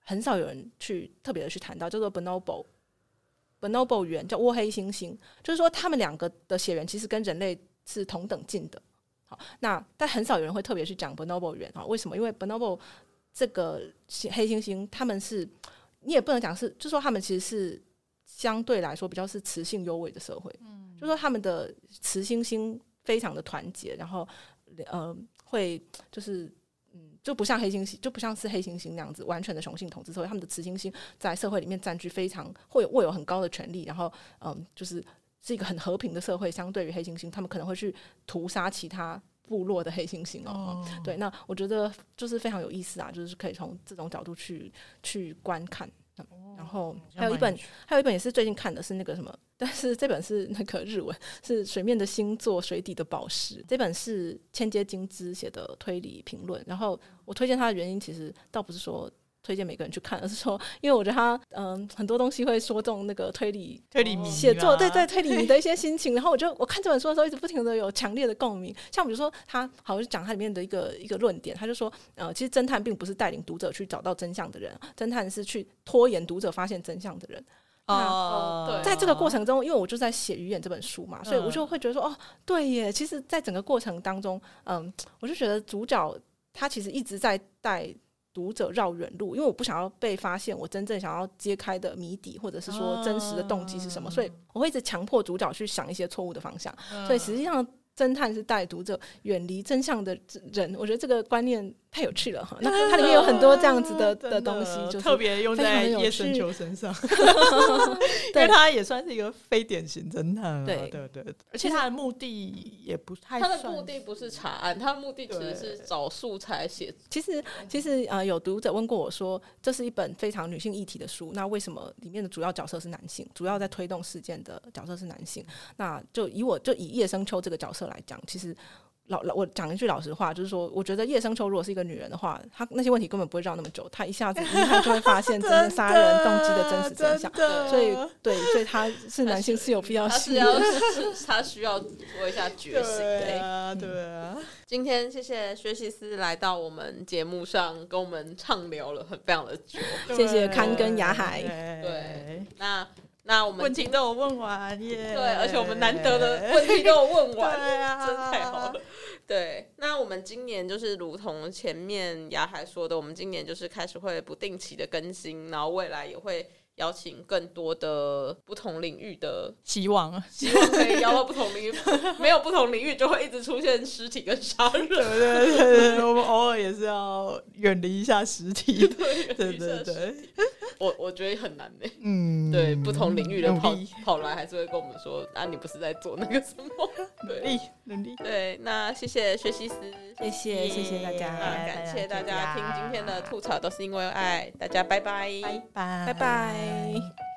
很少有人去特别的去谈到，叫做 bonobo。bonobo 猿叫窝黑猩猩，就是说它们两个的血缘其实跟人类是同等近的。好，那但很少有人会特别去讲 bonobo 猿哈，为什么？因为 bonobo 这个黑猩猩，他们是你也不能讲是，就说他们其实是相对来说比较是雌性优位的社会，嗯，就说他们的雌猩猩非常的团结，然后呃会就是。嗯，就不像黑猩猩，就不像是黑猩猩那样子完全的雄性统治社会，他们的雌猩猩在社会里面占据非常会有握有很高的权利，然后嗯，就是是一个很和平的社会。相对于黑猩猩，他们可能会去屠杀其他部落的黑猩猩哦哦，对，那我觉得就是非常有意思啊，就是可以从这种角度去去观看。嗯然后还有一本，还有一本也是最近看的，是那个什么，但是这本是那个日文，是《水面的星座，水底的宝石》。这本是千阶金枝写的推理评论。然后我推荐它的原因，其实倒不是说推荐每个人去看，而是说，因为我觉得它嗯很多东西会说中那个推理推理迷写作，啦对对，推理你的一些心情。然后我就我看这本书的时候，一直不停的有强烈的共鸣。像比如说他，好，我就讲他里面的一个一个论点，他就说，呃，其实侦探并不是带领读者去找到真相的人，侦探是去拖延读者发现真相的人。哦，那在这个过程中，因为我就在写《鱼眼》这本书嘛，所以嗯我就会觉得说，哦，对耶，其实，在整个过程当中，嗯，我就觉得主角他其实一直在带读者绕远路，因为我不想要被发现我真正想要揭开的谜底，或者是说真实的动机是什么，嗯所以我会一直强迫主角去想一些错误的方向。嗯所以实际上，侦探是带读者远离真相的人，我觉得这个观念太有趣了哈！那它里面有很多这样子的真的东西，就是特别用非常在有叶深趣秋身上，因 对为他也算是一个非典型侦探啊。对对对，而且他的目的也不太他的算目的不是查案，他的目的其实是找素材写其实，嗯其实呃，有读者问过我说，这是一本非常女性议题的书，那为什么里面的主要角色是男性？主要在推动事件的角色是男性？嗯那就以我就以叶生秋这个角色来讲，其实老老我讲一句老实话，就是说，我觉得叶生秋如果是一个女人的话，她那些问题根本不会绕那么久，她一下子一看就会发 现真正杀人动机的真实真相。相所以，对，所以她是男性是有必要他性是的。要是他需要做一下觉醒。对啊，对嗯啊，今天谢谢薛西斯来到我们节目上，跟我们畅聊了很非常的久。谢谢对康跟雅海对，那那我们问题都有问完耶。对，而且我们难得的问题都有问完，对啊真太好了。对，那我们今年就是如同前面雅海说的，我们今年就是开始会不定期的更新，然后未来也会邀请更多的不同领域的，希望，希望可以邀到不同领域，没有不同领域就会一直出现尸体跟杀人。对对对对，我们偶尔也是要远离一下实体。对对对，我我觉得很难呢、嗯，对，不同领域的努跑力跑来还是会跟我们说，啊，你不是在做那个什 么？努对力努力。对，那谢谢薛西斯。谢谢，谢谢大家，那感谢啊大家听今天的吐槽，都是因为爱，大家拜拜拜拜拜拜